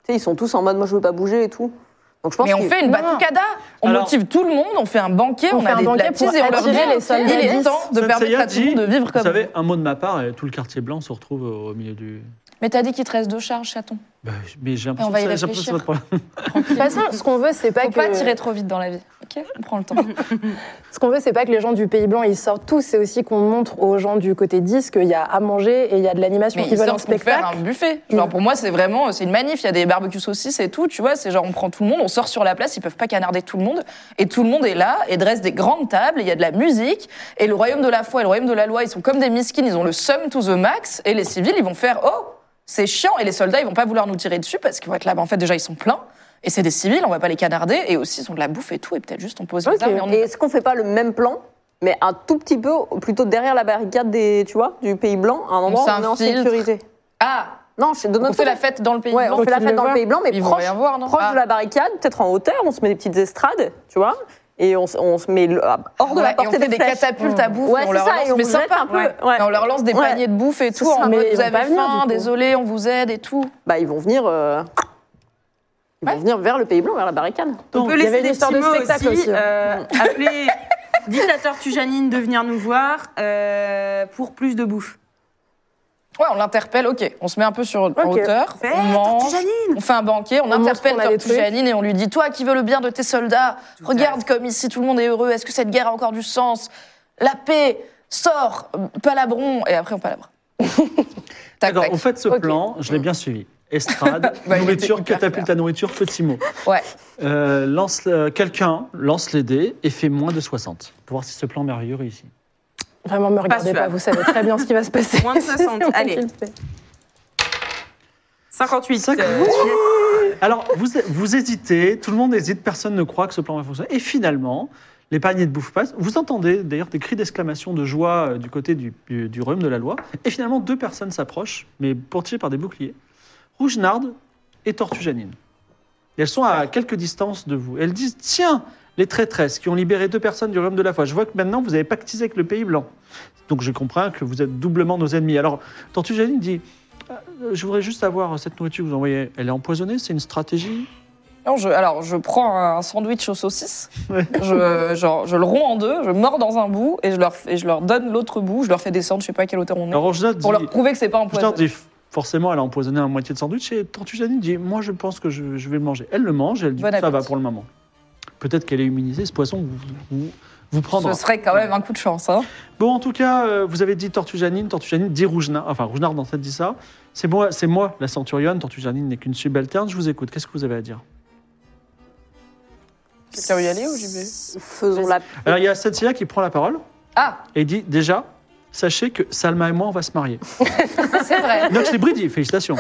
B: tu sais, ils sont tous en mode moi je veux pas bouger et tout. Donc je pense
A: mais on
B: que-
A: fait une
D: Non.
A: batucada. On
C: Alors-
A: motive tout le monde, on fait un banquet, on,
D: On fait
A: a
D: un
A: des
D: banquet
A: lapins
D: pour
A: et on leur dit
D: attirer les soldats
A: il est
D: dix.
A: temps de
C: Senseiya
A: permettre à tout le
C: dit,
A: monde de vivre
C: Vous
A: comme.
C: savez, un mot de ma part, et tout le quartier blanc se retrouve au milieu du.
A: Mais t'as dit qu'il te reste deux charges, chaton.
C: Bah, mais j'ai
A: on
C: l'impression
A: va
C: que
A: y
C: ça- j'ai l'impression que c'est votre problème.
D: De toute façon, ce qu'on veut, c'est pas
A: Faut
D: que.
A: pas tirer trop vite dans la vie. Ok, on prend le temps.
D: Ce qu'on veut, c'est pas que les gens du Pays Blanc ils sortent tous, c'est aussi qu'on montre aux gens du côté 10 qu'il y a à manger et il y a de l'animation.
A: Mais
D: Ils
A: ils
D: veulent un
A: sortent pour faire
D: spectacle.
A: un buffet. Genre
D: Ils-
A: pour moi c'est vraiment euh, c'est une manif. Il y a des barbecues saucisses et tout. Tu vois c'est genre on prend tout le monde, on sort sur la place. Ils peuvent pas canarder tout le monde et tout le monde est là et dresse des grandes tables. et Il y a de la musique et le royaume de la foi et le royaume de la loi ils sont comme des miskins. Ils ont le sum to the max et les civils ils vont faire oh c'est chiant et les soldats ils vont pas vouloir nous tirer dessus parce qu'ils vont être là. Bah, en fait déjà ils sont pleins et c'est des civils on va pas les canarder et aussi ils ont de la bouffe et tout et peut-être juste on pose les
D: Ok.
A: armes et on y
B: Et
A: va.
B: est-ce qu'on fait pas le même plan, mais un tout petit peu plutôt derrière la barricade des, tu vois, du Pays Blanc, à un endroit où on est en
A: s'infiltre.
B: sécurité
A: ah
B: Non, je- de
A: on
B: notre
A: fait la
B: côté.
A: fête dans le pays.
B: Ouais,
A: blanc.
B: on fait la
D: qu'ils le
B: fête dans le
D: voient.
B: Pays Blanc, mais
A: Ils vont
B: proche,
A: rien voir, non
B: proche
A: Ah.
B: de la barricade, peut-être en hauteur, on se met des petites estrades, tu vois, et on, se- on se met le- à- hors de
A: Ouais,
B: la
A: et on
B: portée
A: fait
B: des,
A: des
B: flèches.
A: catapultes à bouffe,
B: Ouais,
A: et on
B: c'est
A: leur
B: ça,
A: lance,
B: et on
A: mais
B: vous jette
A: sympa,
B: un peu.
A: ouais.
B: Ouais.
A: Et on leur lance des
B: Ouais.
A: paniers de bouffe et tout,
D: ça,
A: en
D: mais
A: mode
D: ils
A: vous
D: vont
A: avez
D: pas venir,
A: faim,
D: du coup.
A: désolé, on vous aide et tout.
B: Bah, ils vont venir. euh, Ils
A: Ouais.
B: vont venir vers le Pays Blanc, vers la barricade.
E: On peut
D: il y
E: laisser
D: avait
E: des
D: une histoire
E: petits
D: de
E: mots aussi.
D: spectacle aussi, hein.
E: euh, appelez, dites à Tortue Janine de venir nous voir euh, pour plus de bouffe.
A: Ouais, on l'interpelle, ok, on se met un peu sur en
D: Ok.
A: hauteur,
E: Fais,
A: on
E: Tortue
A: mange,
E: Janine
A: on fait un banquet, on,
D: montre
A: interpelle
D: qu'on a des
A: Tortue Janine et on lui dit, toi qui veux le bien de tes soldats,
E: à
A: regarde comme ici tout le monde est heureux, est-ce que cette guerre a encore du sens La paix, sors, euh, palabron, et après on palabre. tac,
C: D'accord,
A: tac.
C: vous faites ce
A: Ok.
C: plan, je l'ai bien suivi. Estrade,
A: Bah, il
C: nourriture,
A: était hyper
C: catapulte à nourriture, petit mot.
A: Ouais.
C: Euh, lance, euh, Quelqu'un lance les dés et fait moins de 60 pour voir si ce plan merveilleux réussit.
D: Vraiment, me regardez
E: suave.
D: pas, vous savez très bien ce qui va se passer.
E: Moins de 60,
D: C'est moi
E: allez.
D: qui le fais.
E: 58. euh,
C: Alors, vous, vous hésitez, tout le monde hésite, personne ne croit que ce plan va fonctionner. Et finalement, les paniers de bouffe passent. Vous entendez d'ailleurs des cris d'exclamation de joie euh, du côté du, du- du royaume de la loi. Et finalement, deux personnes s'approchent, mais portées par des boucliers. Rougenard et Tortue Janine. Et elles sont à quelques distances de vous. Elles disent Tiens, les traîtresses qui ont libéré deux personnes du royaume de la foi, je vois que maintenant vous avez pactisé avec le pays blanc. Donc je comprends que vous êtes doublement nos ennemis. Alors, Tortue Janine dit Euh, Je voudrais juste savoir, euh, cette nourriture que vous envoyez, elle est empoisonnée C'est une stratégie
A: Non, je- alors, je prends un sandwich aux saucisses,
C: Ouais.
A: je, genre, je le romps en deux, je mords dans un bout et je leur, et je leur donne l'autre bout, je leur fais descendre, je sais pas à quelle hauteur on est,
C: Alors, Rougenard dit,
A: pour leur prouver que c'est pas un
C: Rougenard
A: poison.
C: dit Forcément, elle a empoisonné un moitié de sandwich. Et Tortue Janine dit Moi, je pense que je, je vais le manger. Elle le mange et elle dit
A: Bon
C: Ça va
A: appétit.
C: pour le moment. Peut-être qu'elle est immunisée, ce poisson vous, vous, vous prendra.
A: Ce serait quand même un coup de chance. Hein.
C: Bon, en tout cas, euh, vous avez dit Tortue Janine, Tortue Janine dit Rougenard. Enfin, Rougenard dans tête dit ça. C'est moi, c'est moi, la centurionne. Tortue Janine n'est qu'une subalterne. Je vous écoute. Qu'est-ce que vous avez à dire
A: Quelqu'un veut y aller ou j'y vais
B: Faisons la.
C: Alors, il y a Satya qui prend la parole
A: Ah,
C: et dit déjà, sachez que Salma et moi, on va se marier.
A: c'est vrai.
C: Donc, je l'ai bridé. Félicitations.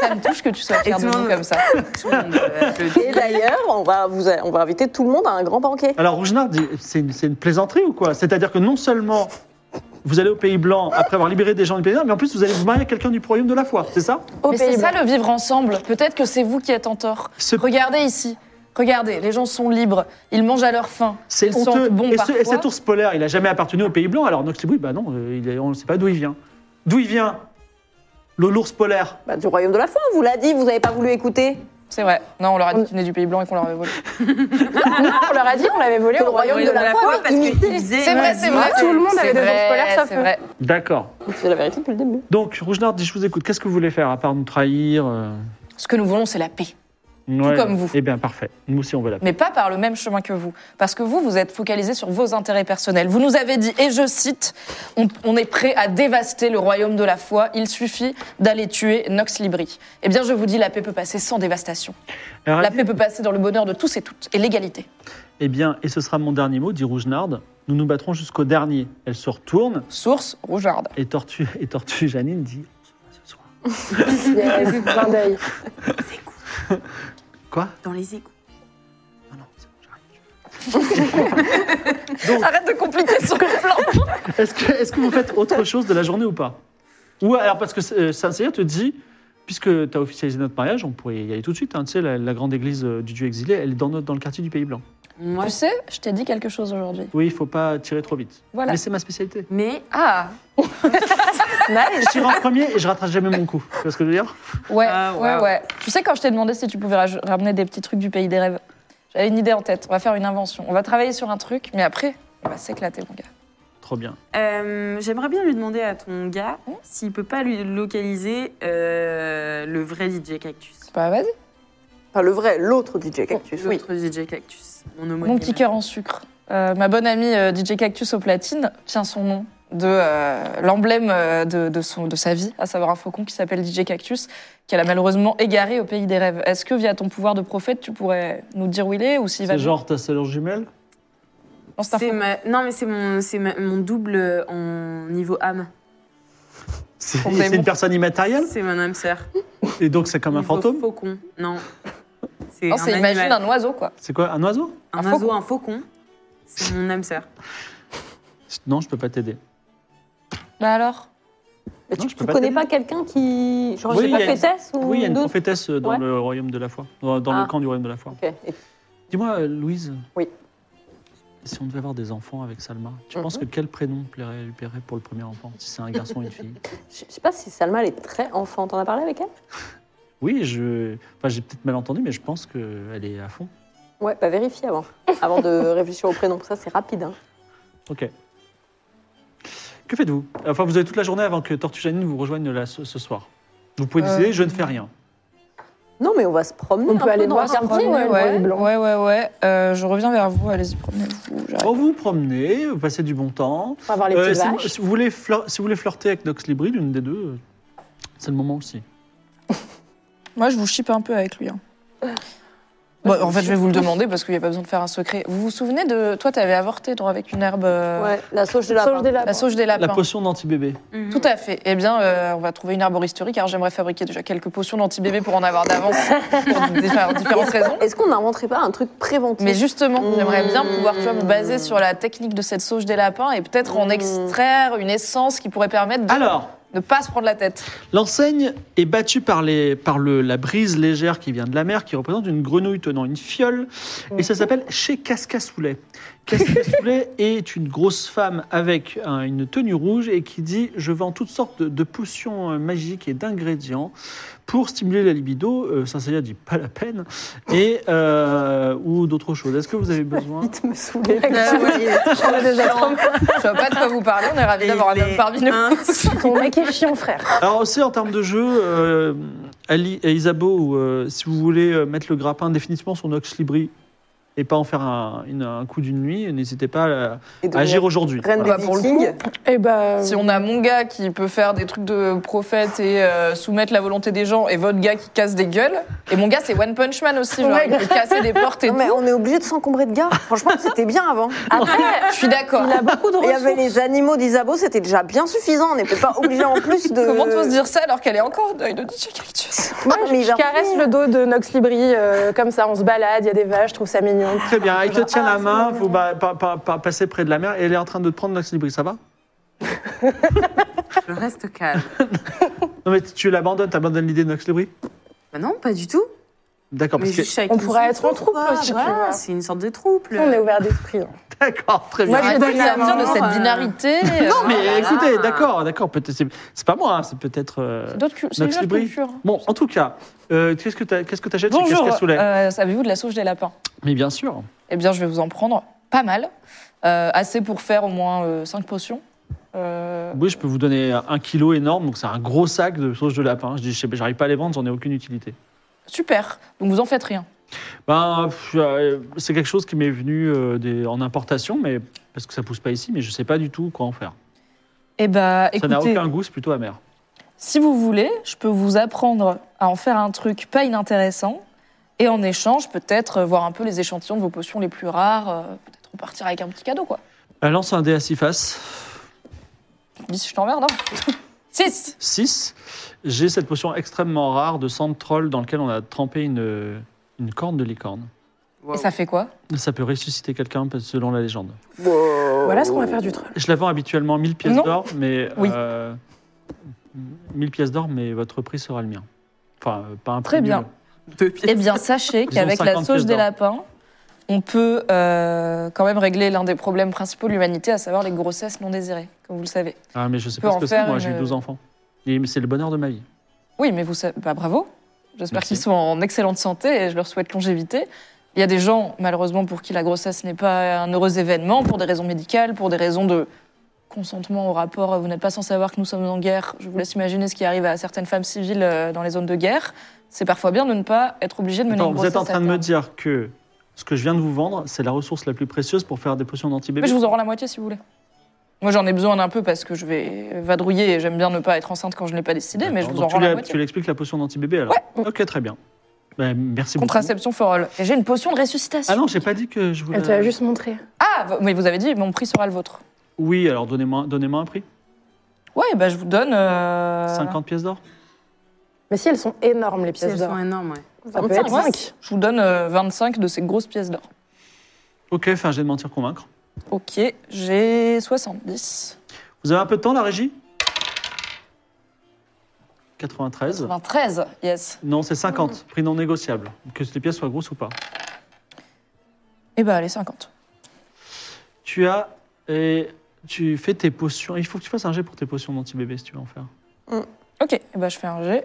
A: ça me touche que tu sois fier
E: Et
A: de
E: tout le
A: nous
E: monde-
A: comme ça.
E: tout le monde, euh, le
B: Et d'ailleurs, on va, vous, on va inviter tout le monde à un grand banquet.
C: Alors, Rougenard dit c'est une, c'est une plaisanterie ou quoi C'est-à-dire que non seulement vous allez au Pays Blanc après avoir libéré des gens du Pays Blanc, mais en plus, vous allez vous marier à quelqu'un du royaume de la foi, c'est ça
D: Au
A: Mais c'est
D: Pays
A: ça
D: Blanc.
A: le vivre ensemble. Peut-être que c'est vous qui êtes en tort.
C: Ce-
A: Regardez ici. Regardez, les gens sont libres, ils mangent à leur faim.
C: C'est
A: Ils sentent
C: honteux.
A: bon
C: et, ce- et
A: parfois.
C: cet ours polaire, il a jamais appartenu au Pays Blanc. Alors Noctibouille, bah non, euh, il est- on ne sait pas d'où il vient. D'où il vient le- L'ours polaire.
B: Bah, du royaume de la foi, on vous l'a dit, vous n'avez pas voulu écouter.
A: C'est vrai. Non, on leur a dit qu'ils venaient du Pays Blanc et qu'on leur avait volé.
D: Non, on leur a dit qu'on l'avait volé
B: Que
D: au royaume de la foi.
E: parce
D: imité.
E: qu'il disait. euh,
A: C'est vrai, c'est vrai.
D: Tout le monde
A: c'est
D: avait des
A: vrai,
D: ours polaires, sauf
A: C'est
D: eux.
A: vrai.
C: D'accord.
B: C'est la vérité depuis le début.
C: Donc Rougenard dit, je vous écoute. Qu'est-ce que vous voulez faire à part nous trahir euh
A: Ce que nous voulons, c'est la paix.
C: Ouais.
A: comme vous.
C: Eh bien, parfait. Nous aussi, on veut la paix.
A: mais pas par le même chemin que vous. Parce que vous, vous êtes focalisé sur vos intérêts personnels. Vous nous avez dit, et je cite, on, on est prêt à dévaster le royaume de la foi, il suffit d'aller tuer Nox Libri. Eh bien, je vous dis, la paix peut passer sans dévastation.
C: Alors,
A: La paix peut passer dans le bonheur de tous et toutes, et l'égalité.
C: Eh bien, et ce sera mon dernier mot, dit Rougenarde. Nous nous battrons jusqu'au dernier. Elle se retourne
A: Source, Rougearde.
C: et Tortue, et tortue Janine dit Oh, Ce soir.
D: Yes, clin d'œil.
E: Les égouts.
C: Quoi
E: Dans les égouts.
C: Non, non, c'est bon, j'arrive.
A: Arrête de compliquer son plan
C: Est-ce que, est-ce que vous faites autre chose de la journée ou pas Ou alors, parce que euh, Saint-Cyr te dit Puisque tu as officialisé notre mariage, on pourrait y aller tout de suite. hein. Tu sais, la, la grande église euh, du Dieu exilé, elle est dans, notre- dans le quartier du Pays Blanc.
E: Moi,
A: Tu sais, je t'ai dit quelque chose aujourd'hui.
C: Oui, il faut pas tirer trop vite.
A: Voilà.
C: Mais c'est ma spécialité.
E: mais
A: Ah,
C: Je tire en premier et je rattrape jamais mon coup. Tu vois ce que je veux dire
A: ouais,
E: Ah,
A: ouais,
E: waouh.
A: ouais. Tu sais, quand je t'ai demandé si tu pouvais raj- ramener des petits trucs du pays des rêves, j'avais une idée en tête. On va faire une invention. On va travailler sur un truc, mais après, on va s'éclater, mon gars.
C: Trop bien.
E: euh, j'aimerais bien lui demander à ton gars
A: Ouais.
E: s'il peut pas lui localiser euh, le vrai DJ Cactus.
A: Bah, vas-y.
B: Enfin, le vrai, l'autre DJ Cactus.
E: L'autre DJ Cactus. Mon homonyme.
A: Mon petit cœur en sucre. Euh, ma bonne amie euh, DJ Cactus au platine tient son nom de euh, l'emblème euh, de, de son, de sa vie, à savoir un faucon qui s'appelle DJ Cactus, qu'elle a malheureusement égaré au pays des rêves. Est-ce que via ton pouvoir de prophète, tu pourrais nous dire où il est ou s'il va
C: C'est genre ta sœur jumelle
A: Non, c'est un
E: C'est
A: faucon.
E: ma- Non, mais c'est mon, c'est ma- mon double euh, en niveau âme.
C: C'est
A: On fait
C: c'est une
A: bon.
C: personne immatérielle
E: C'est mon âme sœur.
C: Et donc, c'est comme un
E: Niveau
C: fantôme
E: faucon. Non. C'est
A: Non,
E: un
A: Oh, c'est imagine
E: animal.
A: un oiseau quoi.
C: C'est quoi Un oiseau
E: un,
A: un
E: oiseau,
A: faucon.
E: un faucon. C'est mon âme sœur.
C: Non, je peux pas t'aider.
A: Bah alors.
B: Mais
C: Non,
B: tu
C: je peux
B: tu
C: pas
B: connais
C: t'aider.
B: pas quelqu'un qui. Genre,
C: Oui,
B: j'ai
C: il y
B: pas
C: a une-
B: Fétès ou
C: Oui, il y a une
B: d'autres
C: prophétesse dans
B: Ouais.
C: le royaume de la foi, dans, dans
B: Ah.
C: le camp du royaume de la foi.
B: Ok. Et-
C: Dis-moi, euh, Louise.
B: Oui.
C: Si on devait avoir des enfants avec Salma, tu
B: Mhm.
C: penses que quel prénom plairait, lui plairait pour le premier enfant Si c'est un garçon ou une fille
B: Je je sais pas si Salma, elle est très enfant. T'en as parlé avec elle
C: Oui, je. Enfin, j'ai peut-être mal entendu, mais je pense qu'elle est à fond.
B: Ouais, bah vérifie avant. Avant de réfléchir au prénom. Ça, c'est rapide. hein.
C: Ok. Que faites-vous Enfin, vous avez toute la journée avant que Tortue Janine vous rejoigne là ce, ce soir. Vous pouvez
A: Euh,
C: décider, je ne fais rien.
B: Non, mais on va se promener.
D: On
B: un
D: peut
B: peu
D: aller
B: dans
D: voir
B: le
D: si on
B: quartier,
D: prend-
B: ouais.
D: ouais, ouais, blanc.
A: ouais, ouais, ouais. Euh, je reviens vers vous, allez-y, promenez-vous. j'arrive.
C: Vous vous promenez, vous passez du bon temps.
D: On va voir les
C: Euh,
D: petites
C: si, vous,
D: vaches.
C: si vous voulez flir- si vous voulez flirter avec Nox Libri, l'une des deux, euh, c'est le moment aussi.
A: Moi, je vous chipe un peu avec lui. hein. Bah, en fait, je vais vous le demander parce qu'il n'y a pas besoin de faire un secret. Vous vous souvenez de. Toi, t'avais avorté, toi, avec une herbe. euh,
B: Ouais, la sauge de
D: Sauge
B: lapin.
D: des lapins.
A: La sauge des
C: La
A: lapins.
C: potion d'anti-bébé.
E: Mhm.
A: Tout à fait. Eh bien, euh, on va trouver une arboristerie car j'aimerais fabriquer déjà quelques potions d'anti-bébé pour en avoir d'avance pour des- enfin, différentes raisons.
B: Est-ce qu'on n'inventerait pas un truc préventif
A: Mais justement,
B: Mmh.
A: j'aimerais bien pouvoir tu vois, me baser sur la technique de cette sauge des lapins et peut-être en
B: Mmh. Ah.
A: extraire une essence qui pourrait permettre de
C: Alors,
A: ne pas se prendre la tête.
C: l'enseigne est battue par, les, par le, la brise légère qui vient de la mer, qui représente une grenouille tenant une fiole, et ça s'appelle chez Cascassoulet. Cascassoulet est une grosse femme avec un- une tenue rouge et qui dit « Je vends toutes sortes de, de potions euh, magiques et d'ingrédients pour stimuler la libido. Euh, Saint-Cyr dit « Pas la peine », et euh, ou d'autres choses. Est-ce que vous avez besoin
B: Vite me saouler.
E: Euh, ouais.
A: Je vois pas de quoi vous parler, on est ravis d'avoir un
E: Il
A: homme
E: est
A: parmi nous.
E: intense.
D: Ton mec est chiant, frère.
C: Alors aussi en termes de jeu, euh, Ali et Isabeau, ou, euh, si vous voulez euh, mettre le grappin définitivement sur Nox Libri et pas en faire un, une- un coup d'une nuit, n'hésitez pas à, à
B: Et de
C: agir aujourd'hui.
B: Reine
C: Voilà.
B: des
A: Bah, pour le
B: Vikings.
D: Eh ben.
A: Si on a mon gars qui peut faire des trucs de prophète et euh, soumettre la volonté des gens, et votre gars qui casse des gueules, et mon gars c'est One Punch Man aussi, genre,
D: Ouais,
A: il peut casser des portes et
B: Non, mais
A: tout.
B: on est obligé de s'encombrer de gars. Franchement, c'était bien avant.
A: Je suis d'accord.
D: Il a beaucoup de
B: Il y avait
D: ressources.
B: les animaux d'Isabeau, c'était déjà bien suffisant. On n'était pas obligé en plus de.
A: Comment tu oses dire ça alors qu'elle est encore en deuil de DJ Cactus
B: Moi,
D: Ah, Je caresse le dos de Nox Libri, euh, comme ça, on se balade, il y a des vaches, je trouve ça mignon.
C: Très bien, il te tient
D: Ah,
C: la
D: c'est
C: main,
D: mignon.
C: vous bah, pa- pa- pa- passez près de la mer et elle est en train de te prendre Nox Libri, ça va
E: Je reste calme.
C: Non mais tu l'abandonnes, t'abandonnes l'idée de Nox Libri
E: Bah non, pas du tout.
C: D'accord,
E: Mais
C: parce que...
E: juste chacun
D: On pourrait
E: son
D: être en
E: tour,
D: troupe
E: quoi.
D: aussi, tu
E: Voilà,
D: vois.
E: c'est une sorte de troupe.
D: On est ouvert d'esprit. hein.
C: D'accord, très bien.
D: Moi, je
A: Arrêtez de
D: donne la
A: sortir de
D: main,
A: cette
E: euh.
A: binarité. euh,
C: Non mais
E: Oh là là.
C: écoutez, d'accord, d'accord, peut-être... C'est c'est pas moi, hein, c'est peut-être... euh,
A: D'autres cul- c'est
C: Nox
A: une autre
C: Libri.
A: culture.
C: Bon, en tout cas, euh, qu'est-ce que t'as- qu'est-ce que t'achètes chez
A: Bonjour,
C: Cascassoulet
A: euh, savez-vous de la sauge des lapins
C: Mais bien sûr
A: Eh bien, je vais vous en prendre pas mal. Euh, assez pour faire au moins 5 potions. Euh,
C: Oui, je peux vous donner un kilo énorme, donc c'est un gros sac de sauce de lapin. Je dis, je sais pas, j'arrive pas à les vendre, j'en ai aucune utilité.
A: Super. Donc vous en faites rien.
C: Ben, pff, euh, c'est quelque chose qui m'est venu euh, des- en importation, mais parce que ça pousse pas ici, mais je sais pas du tout quoi en faire.
A: Eh bah,
C: ça n'a
A: écoutez,
C: aucun goût, c'est plutôt amer.
A: si vous voulez, je peux vous apprendre à en faire un truc pas inintéressant. Et en échange, peut-être euh, voir un peu les échantillons de vos potions les plus rares. euh, peut-être repartir avec un petit cadeau, quoi.
C: Elle Euh, lance un dé à 6 faces.
A: Bis, je t'emmerde, hein 6
C: 6. J'ai cette potion extrêmement rare de sang de troll dans laquelle on a trempé une, une corne de licorne.
A: Et ça fait quoi
C: Ça peut ressusciter quelqu'un selon la légende.
D: Voilà ce qu'on va faire du troll.
C: Je la vends habituellement 1000 pièces
A: Non.
C: d'or, mais.
A: Oui.
C: euh, 1000 pièces d'or, mais votre prix sera le mien. Enfin, euh, pas un prix.
A: Très bien.
C: nul.
E: Deux pièces.
A: Eh bien, sachez
C: Ils ont
A: qu'avec la
C: 50
A: sauce
C: pièces
A: des
C: d'or.
A: lapins, on peut euh, quand même régler l'un des problèmes principaux de l'humanité, à savoir les grossesses non désirées, comme vous le savez.
C: Ah, mais je sais
A: peut
C: pas ce
A: en
C: que c'est,
A: faire
C: moi, j'ai eu
A: une- euh,
C: 12 enfants. Et C'est le bonheur de ma vie.
A: Oui, mais vous savez, bah, bravo. J'espère
C: Merci.
A: qu'ils sont en excellente santé et je leur souhaite longévité. Il y a des gens, malheureusement, pour qui la grossesse n'est pas un heureux événement, pour des raisons médicales, pour des raisons de consentement au rapport. Vous n'êtes pas sans savoir que nous sommes en guerre. Je vous laisse imaginer ce qui arrive à certaines femmes civiles euh, dans les zones de guerre. C'est parfois bien de ne pas être obligé de mener
C: Attends,
A: une
C: vous êtes en
A: grossesse à
C: train de me
A: terme.
C: dire que ce que je viens de vous vendre, c'est la ressource la plus précieuse pour faire des potions
A: Mais
C: d'anti-bébé
A: je vous en rends la moitié si vous voulez. Moi j'en ai besoin d'un peu parce que je vais vadrouiller et j'aime bien ne pas être enceinte quand je n'ai pas décidé, mais je vous en
C: D'accord. Donc,
A: rends
C: tu
A: la
C: l'as- Tu
A: moitié.
C: l'expliques la potion d'anti-bébé alors Ok, très bien. Ben, merci beaucoup.
A: Contraception for all. Et j'ai une potion de ressuscitation.
C: Ah non, j'ai pas dit que je voulais.
D: Elle te l'a juste montré.
A: Ah, v- mais vous avez dit mon prix sera le vôtre.
C: Oui, alors donnez-moi donnez un prix.
A: Ouais, bah je vous donne. euh,
C: 50 pièces d'or
D: Mais si elles sont énormes, les
E: Si elles
D: pièces d'or.
E: sont énormes, ouais.
D: Ça peut
A: 25,
D: être
A: ouais.
D: 5.
A: Je vous donne euh, 25 de ces grosses pièces d'or.
C: Ok, enfin, j'ai de mentir convaincre.
A: Ok, j'ai 70.
C: Vous avez un peu de temps, la régie 93.
A: 23, yes.
C: Non, c'est 50, prix non négociable. Que les pièces soient grosses ou pas.
A: Et bah allez, 50.
C: Tu as. Et tu fais tes potions. Il faut que tu fasses un jet pour tes potions d'anti-bébé si tu veux en faire.
A: Ok, et bah je fais un G.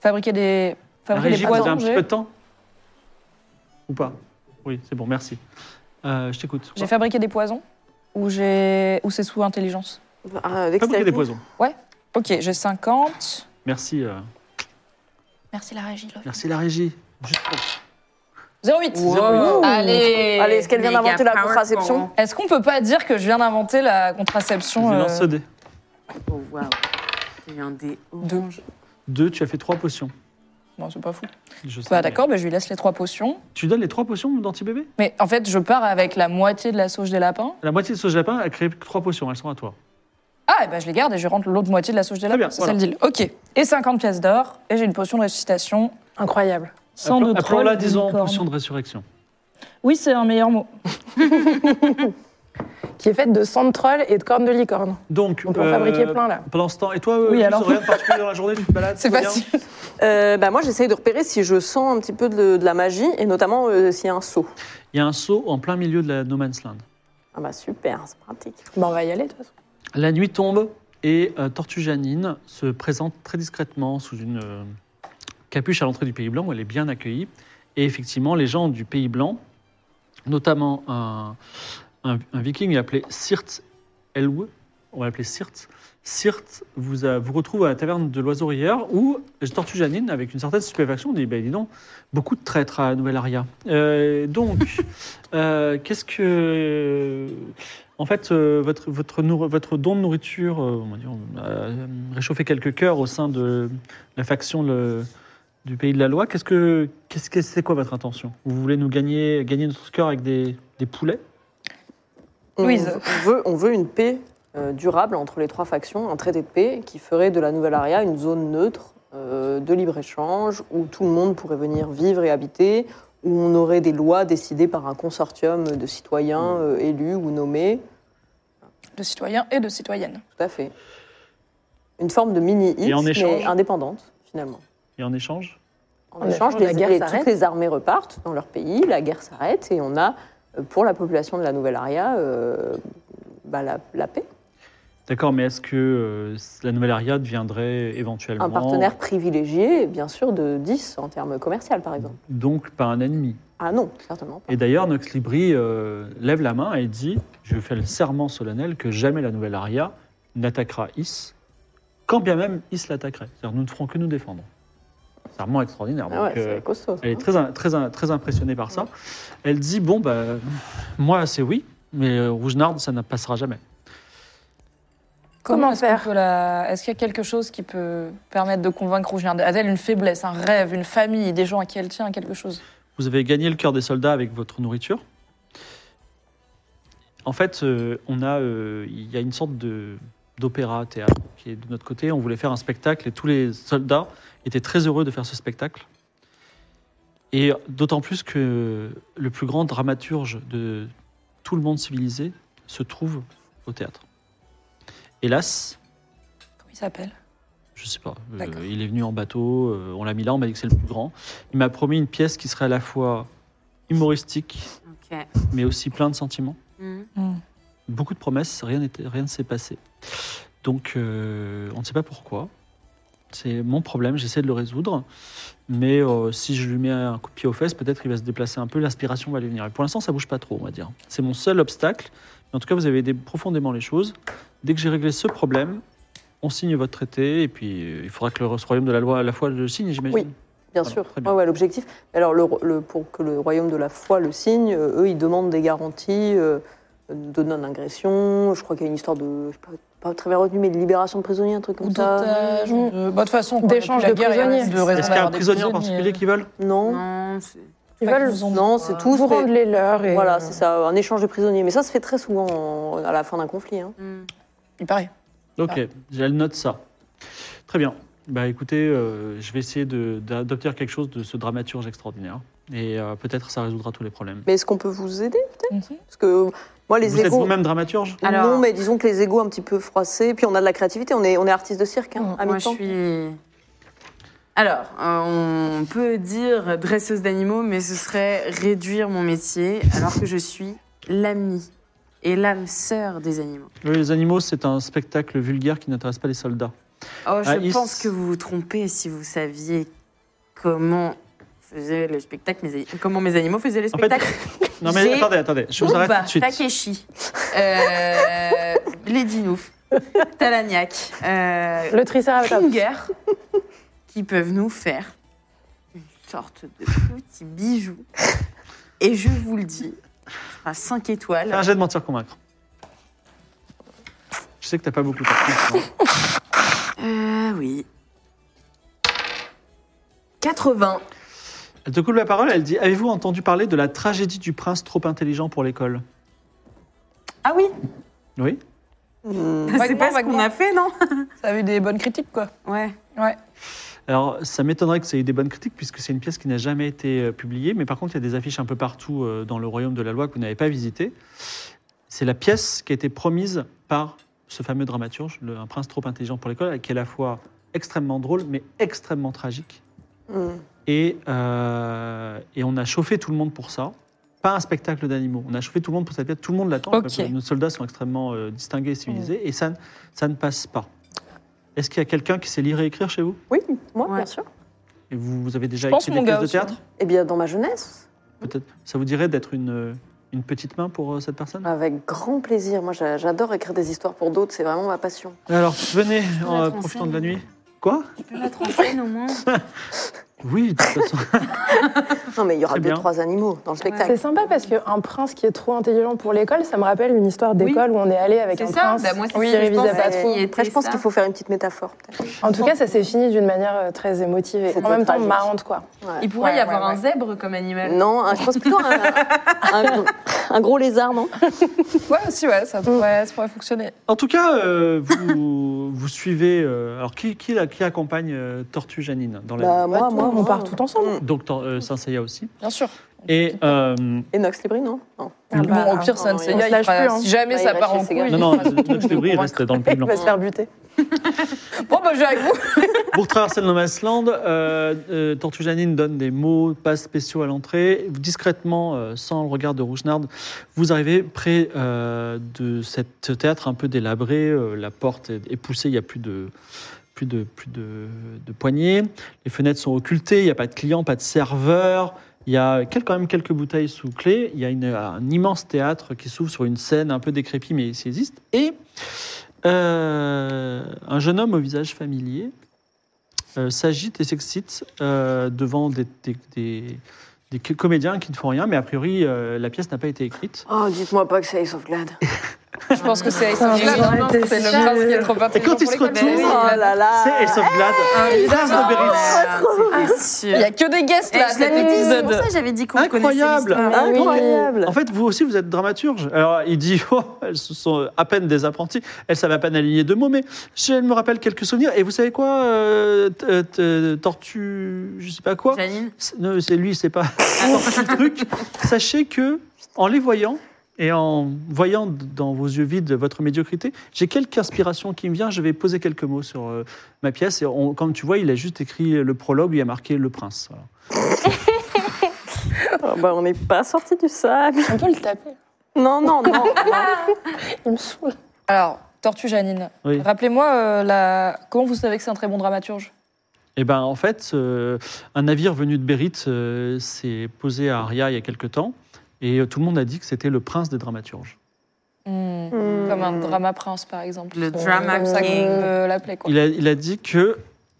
A: Fabriquer des.
C: La
A: Fabriquer
C: régie,
A: des
C: vous avez
A: poisons,
C: un petit peu
A: j'ai.
C: de temps Ou pas Oui, c'est bon, merci. Euh, je t'écoute.
A: J'ai fabriqué des poisons ou j'ai. ou c'est sous intelligence.
B: Ah, avec
C: Fabriquer
B: sa
C: des
B: coupe.
C: poisons.
A: Ok, j'ai 50.
C: Merci, euh,
A: Merci la régie, Love.
C: merci la régie. Juste pour-
A: 08.
E: Wow.
A: Allez.
B: Allez, est-ce qu'elle vient
E: Méga
B: d'inventer la
E: powerful.
B: contraception
A: Est-ce qu'on peut pas dire que je viens d'inventer la
C: Je
A: contraception
C: lance ce
A: euh,
C: dé.
E: Oh, waouh. T'as eu un dé
A: de-
E: orange.
C: Deux, tu as fait trois potions.
A: Non, c'est pas fou.
C: Je sais,
A: Bah
C: mais-
A: d'accord, bah, je lui laisse les trois potions.
C: Tu donnes les trois potions d'anti-bébé
A: Mais en fait, je pars avec la moitié de la sauge des lapins.
C: La moitié de ce lapin a créé trois potions, elles sont à toi.
A: Ah, et bah, je les garde et je rentre l'autre moitié de la sauge des
C: Très
A: lapins.
C: bien,
A: C'est
C: voilà.
A: ça le deal. Ok. Et 50 pièces d'or. Et j'ai une potion de ressuscitation.
D: Incroyable.
A: Sans de
C: Après, on
A: troll.
C: l'a,
A: de
C: disons,
A: licorne.
C: potion de résurrection.
A: Oui, c'est un meilleur mot.
D: Qui est faite de sang de troll et de cornes de licorne.
C: Donc,
D: On peut en
C: euh,
D: fabriquer plein, là.
C: Pendant ce temps, et toi, euh,
A: Oui,
C: Lise,
A: alors.
C: rien de particulier dans la journée, tu te balades
A: C'est
C: tout va bien
A: facile.
B: Euh, bah, Moi, j'essaye de repérer si je sens un petit peu de, de la magie, et notamment euh, s'il y a un saut.
C: Il y a un seau en plein milieu de la No Man's Land.
B: Ah bah super, c'est pratique.
D: Bah, on va y aller, de toute façon.
C: La nuit tombe et euh, Tortue Janine se présente très discrètement sous une euh, capuche à l'entrée du Pays Blanc où elle est bien accueillie. Et effectivement, les gens du Pays Blanc, notamment un, un- un viking appelé Sirt Elwe, on va l'appeler Sirt, Sirt vous, a- vous retrouve à la taverne de l'Oiseau Rieur où Tortue Janine, avec une certaine stupéfaction, dit ben dis donc, beaucoup de traîtres à Nouvelle-Aria. Euh, donc, euh, qu'est-ce que. En fait, euh, votre, votre, nour- votre don de nourriture euh, comment dire, a réchauffé quelques cœurs au sein de la faction le- du Pays de la Loi. Qu'est-ce que qu'est-ce que c'est quoi votre intention Vous voulez nous gagner, gagner notre cœur avec des, des poulets
B: On,
A: Louise.
B: veut, on veut une paix euh, durable entre les trois factions, un traité de paix qui ferait de la Nouvelle-Aria une zone neutre euh, de libre-échange où tout le monde pourrait venir vivre et habiter, où on aurait des lois décidées par un consortium de
C: Mm.
B: citoyens euh, élus ou nommés.
A: De citoyens et de citoyennes.
B: Tout à fait. Une forme de mini
C: Et en
B: X mais
C: échange
B: indépendante, finalement.
C: Et en échange
B: En,
D: En
B: échange,
D: échange, la
B: les-
D: guerre
B: les- toutes
D: s'arrête.
B: les armées repartent dans leur pays, la guerre s'arrête et on a, euh, pour la population de la Nouvelle-Aria, euh, bah, la- la paix.
C: D'accord, mais est-ce que euh, la Nouvelle-Aria deviendrait éventuellement
B: Un partenaire privilégié, bien sûr, de 10 en termes commercial, par exemple.
C: donc pas un ennemi
B: Ah non, certainement pas.
C: Et d'ailleurs, Nox Libri euh, lève la main et dit Je fais le serment solennel que jamais la nouvelle Aria n'attaquera Is, quand bien même Is l'attaquerait. C'est-à-dire, nous ne ferons que nous défendre. C'est vraiment extraordinaire.
B: Ah
C: Donc,
B: ouais,
C: euh,
B: c'est costaud. ça.
C: elle est très, im- très, im- très impressionnée par ça. Elle dit Bon, bah, moi, c'est oui, mais euh, Rougenarde, ça ne passera jamais.
D: Comment
A: est-ce qu'on
D: faire
A: peut la- Est-ce qu'il y a quelque chose qui peut permettre de convaincre Rougenarde A-t-elle une faiblesse, un rêve, une famille, des gens à qui elle tient, quelque chose
C: Vous avez gagné le cœur des soldats avec votre nourriture. En fait, euh, on a, euh, il y a une sorte de d'opéra théâtre qui est de notre côté. On voulait faire un spectacle et tous les soldats étaient très heureux de faire ce spectacle. Et d'autant plus que le plus grand dramaturge de tout le monde civilisé se trouve au théâtre. Hélas,
A: Comment il s'appelle
C: je sais pas. euh,
A: D'accord.
C: il est venu en bateau, euh, on l'a mis là, on m'a dit que c'est le plus grand. Il m'a promis une pièce qui serait à la fois humoristique,
E: Ok.
C: mais aussi plein de sentiments.
E: Hmm.
C: Beaucoup de promesses, rien, n'était- rien ne s'est passé. Donc, euh, on ne sait pas pourquoi. C'est mon problème, j'essaie de le résoudre. Mais euh, si je lui mets un coup de pied aux fesses, peut-être il va se déplacer un peu, l'inspiration va lui venir. Et pour l'instant, ça bouge pas trop, on va dire. C'est mon seul obstacle. Mais en tout cas, vous avez aidé profondément les choses. Dès que j'ai réglé ce problème, on signe votre traité. Et puis, euh, il faudra que le royaume de la loi à la fois le signe, j'imagine.
B: Oui. Bien
C: Voilà,
B: sûr.
C: très bien.
B: Ouais, ouais, L'objectif. Alors, le, ro- le- pour que le royaume de la foi le signe, euh, eux, ils demandent des garanties euh, de non-agression. Je crois qu'il y a une histoire de. Je n'ai pas, pas très bien retenu, mais de libération de prisonniers, un truc
A: Ou
B: comme ça.
A: d'otage ou de... Bah, de toute façon, quand il
D: D'échange
A: y a
D: de
A: plus la guerre, il y a
D: prisonniers.
A: de raison
C: Est-ce qu'il y a
A: d'avoir Bah,
C: un
A: des
C: prisonnier en
A: prisonniers,
C: particulier qui veulent
B: Non.
E: Non, c'est-
D: Ils
A: Pas
D: veulent
A: qu'ils ont-
B: Non, c'est tous.
D: vous
B: mais-
D: rendre les leurs. Et
B: Voilà,
D: euh,
B: c'est ça, un échange de prisonniers. Mais ça se fait très souvent en- à la fin d'un conflit. hein.
E: hmm.
A: euh, Il paraît.
C: Ok,
B: Ah.
C: je note ça. Très bien. Bah écoutez, euh, je vais essayer de- d'a- d'obtenir quelque chose de ce dramaturge extraordinaire. Et euh, peut-être ça résoudra tous les problèmes.
B: Mais est-ce qu'on peut vous aider
A: Mhm.
B: Parce que moi, les
C: vous êtes
B: égaux.
C: vous-même dramaturge
E: Alors-
B: Non, mais disons que les égaux un petit peu froissés. Puis on a de la créativité, on est, on est artiste de cirque hein, à
E: Mmh, Moi, je
B: mi-temps.
E: suis. Alors, euh, on peut dire dresseuse d'animaux, mais ce serait réduire mon métier, alors que je suis l'amie et l'âme sœur des animaux.
C: Les animaux, c'est un spectacle vulgaire qui n'intéresse pas les soldats.
E: Oh, je
C: Ah, il-
E: pense que vous vous trompez si vous saviez comment faisait le spectacle, mes... comment mes animaux faisaient le
C: En fait,
E: spectacle.
C: non mais
E: J'ai-
C: attendez, attendez, je vous
E: Ouba,
C: arrête
B: bah,
C: tout de suite.
E: Takeshi, euh, Lady Nouf, Talagnac, euh,
D: Le tricératops.
E: Fingers qui peuvent nous faire une sorte de petit bijou. Et je vous le dis, à 5 étoiles.
C: Fais un jet de mentir convaincre. Je sais que t'as pas beaucoup de hein. temps.
E: Euh, oui. 80.
C: Elle te coupe la parole, elle dit Avez-vous entendu parler de la tragédie du prince trop intelligent pour l'école
E: Ah oui,
C: Oui
B: Hmm.
E: c'est pas ce
A: vaguement.
E: qu'on a fait, non
A: Ça a eu des bonnes critiques, quoi.
E: Ouais.
A: Ouais.
C: Alors, ça m'étonnerait que ça ait eu des bonnes critiques, puisque c'est une pièce qui n'a jamais été euh, publiée, mais par contre, il y a des affiches un peu partout euh, dans le royaume de la loi que vous n'avez pas visité. C'est la pièce qui a été promise par ce fameux dramaturge, le- un prince trop intelligent pour l'école, qui est à la fois extrêmement drôle, mais extrêmement tragique.
B: Hmm.
C: Et, euh, et on a chauffé tout le monde pour ça. Pas un spectacle d'animaux. On a chauffé tout le monde pour cette pièce. Tout le monde l'attend.
A: Ok.
C: parce que Nos soldats sont extrêmement euh, distingués et civilisés. Et ça, ne- ça ne passe pas. Est-ce qu'il y a quelqu'un qui sait lire et écrire chez vous
B: Oui, moi,
E: Ouais.
B: bien sûr.
C: et vous, vous avez déjà
A: Je pense
C: écrit
A: mon
C: des
A: gars
C: pièces
A: aussi,
C: de
A: hein.
C: théâtre
B: Eh bien, dans ma jeunesse,
C: Peut-être. Ça vous dirait d'être une, euh, une petite main pour euh, cette
A: Ah.
C: personne
B: avec grand plaisir. Moi, j'a- j'adore écrire des histoires pour d'autres, c'est vraiment ma passion.
C: Alors, venez,
E: peux
C: en euh,
E: mettre en
C: profitant
E: scène.
C: de la nuit. Quoi
E: Tu peux mettre en scène au moins.
C: Oui, de toute façon.
B: Non, mais il y aura
C: Très
B: deux,
C: bien.
B: trois animaux dans le
D: C'est
B: spectacle.
D: sympa parce qu'un prince qui est trop intelligent pour l'école, ça me rappelle une histoire d'école où on est allé avec
E: C'est
D: un
E: ça,
D: prince
E: bah moi, c'est
D: qui
E: ce que je
D: révisait
E: pensais.
D: pas
E: C'est-
D: trop.
E: Qui était
B: Après, je pense
E: ça
B: qu'il faut faire une petite métaphore, peut-être.
D: En tout cas, ça s'est fini d'une manière euh, très émotive et
B: C'était
D: en même temps
B: tragique.
D: marrante, quoi.
B: Ouais.
E: Il pourrait
A: Ouais,
E: y avoir
A: ouais,
E: un zèbre comme animal.
B: Non, un- je pense plutôt un, un- un gros lézard, non
A: Ouais, aussi, ouais, ça pourrait, ça pourrait fonctionner.
C: En tout cas, euh, vous, vous suivez. euh, alors, qui, qui, la- qui accompagne euh, Tortue Janine dans la
B: Bah, moi,
D: Tout-
B: moi, Mmh.
D: on
B: moi.
D: part tout ensemble.
C: Donc, Tor- euh, Saint Seiya aussi.
A: Bien sûr.
C: Et. euh,
B: Et Nox Libri, non, Non.
D: Ah
A: Bon,
D: bah,
A: au pire, ça
B: non,
A: ne
B: il
A: sait
D: se
A: rien.
D: lâche plus, hein.
A: Si jamais
B: Ouais, il
A: ça
B: va
A: part
B: chez
A: en
B: ses
A: couille.
B: gars.
C: non, non, Nox Debris, il reste dans le pays
D: Il
C: blanc.
D: va se faire buter.
A: Bon, bah, je vais avec vous.
C: Pour traverser le No Man's Land, euh, euh, Tortue Janine donne des mots, pas spéciaux à l'entrée. Discrètement, euh, sans le regard de Rougenard, vous arrivez près euh, de cet théâtre un peu délabré. euh, la porte est, est poussée, il n'y a plus de plus de plus de, de poignées. Les fenêtres sont occultées, il n'y a pas de clients, pas de serveurs. Il y a quel- quand même quelques bouteilles sous clé. Il y a une- un immense théâtre qui s'ouvre sur une scène un peu décrépie, mais qui existe. Et euh, un jeune homme au visage familier euh, s'agitent et s'excitent euh, devant des, des- des- des comédiens qui ne font rien, mais a priori, euh, la pièce n'a pas été écrite.
B: Oh, dites-moi pas que c'est Ace of Glad.
E: Eh
A: Je pense que c'est Ace
D: Ah,
A: of
D: j'aurais
A: Glad, non,
D: été
A: c'est le
D: sûre.
A: phrase qui est trop intelligent
C: quand il
A: pour
C: se hein.
A: les
C: retourne,
A: connaître.
C: Oui,
B: Oh là là
C: C'est Ace of Glad.
E: Ah.
C: Prince de Bérénice.
A: Il y a que des guests là, cet
E: C'est pour
A: épisode.
E: ça que j'avais dit qu'on connaissait
C: Incroyable
E: l'histoire.
D: Ah oui.
B: Incroyable
C: En fait, vous aussi, vous êtes dramaturge. Alors, il dit, oh, elles se sont à peine des apprentis, elles savent à peine aligner deux mots, mais elle me rappelle quelques souvenirs. Et vous savez quoi, euh, t- euh, t- euh, tortue, je sais pas quoi.
E: Euh, Janine
C: C'est- non, C'est lui, c'est pas tortue truc. Sachez que, en les voyant et en voyant d- dans vos yeux vides votre médiocrité, j'ai quelques inspirations qui me viennent. Je vais poser quelques mots sur euh, ma pièce. Et on- comme tu vois, il a juste écrit le prologue, il a marqué le prince. Voilà.
B: Ah bah, On n'est pas sorti du sable.
D: On peut le taper.
B: Non, non, non.
D: Il me saoule.
A: Alors, Tortue Janine,
C: Oui.
A: rappelez-moi euh, la... comment vous savez que c'est un très bon dramaturge
C: Eh ben, en fait, euh, un navire venu de Bérite euh, s'est posé à Aria il y a quelque temps, et euh, tout le monde a dit que c'était le prince des dramaturges.
A: Hmm,
B: Hmm.
A: Comme un drama prince, par exemple.
E: Le
A: C'est
E: drama
A: comme ça
E: king.
A: qu'on peut l'appeler, quoi.
C: Il a, il a dit que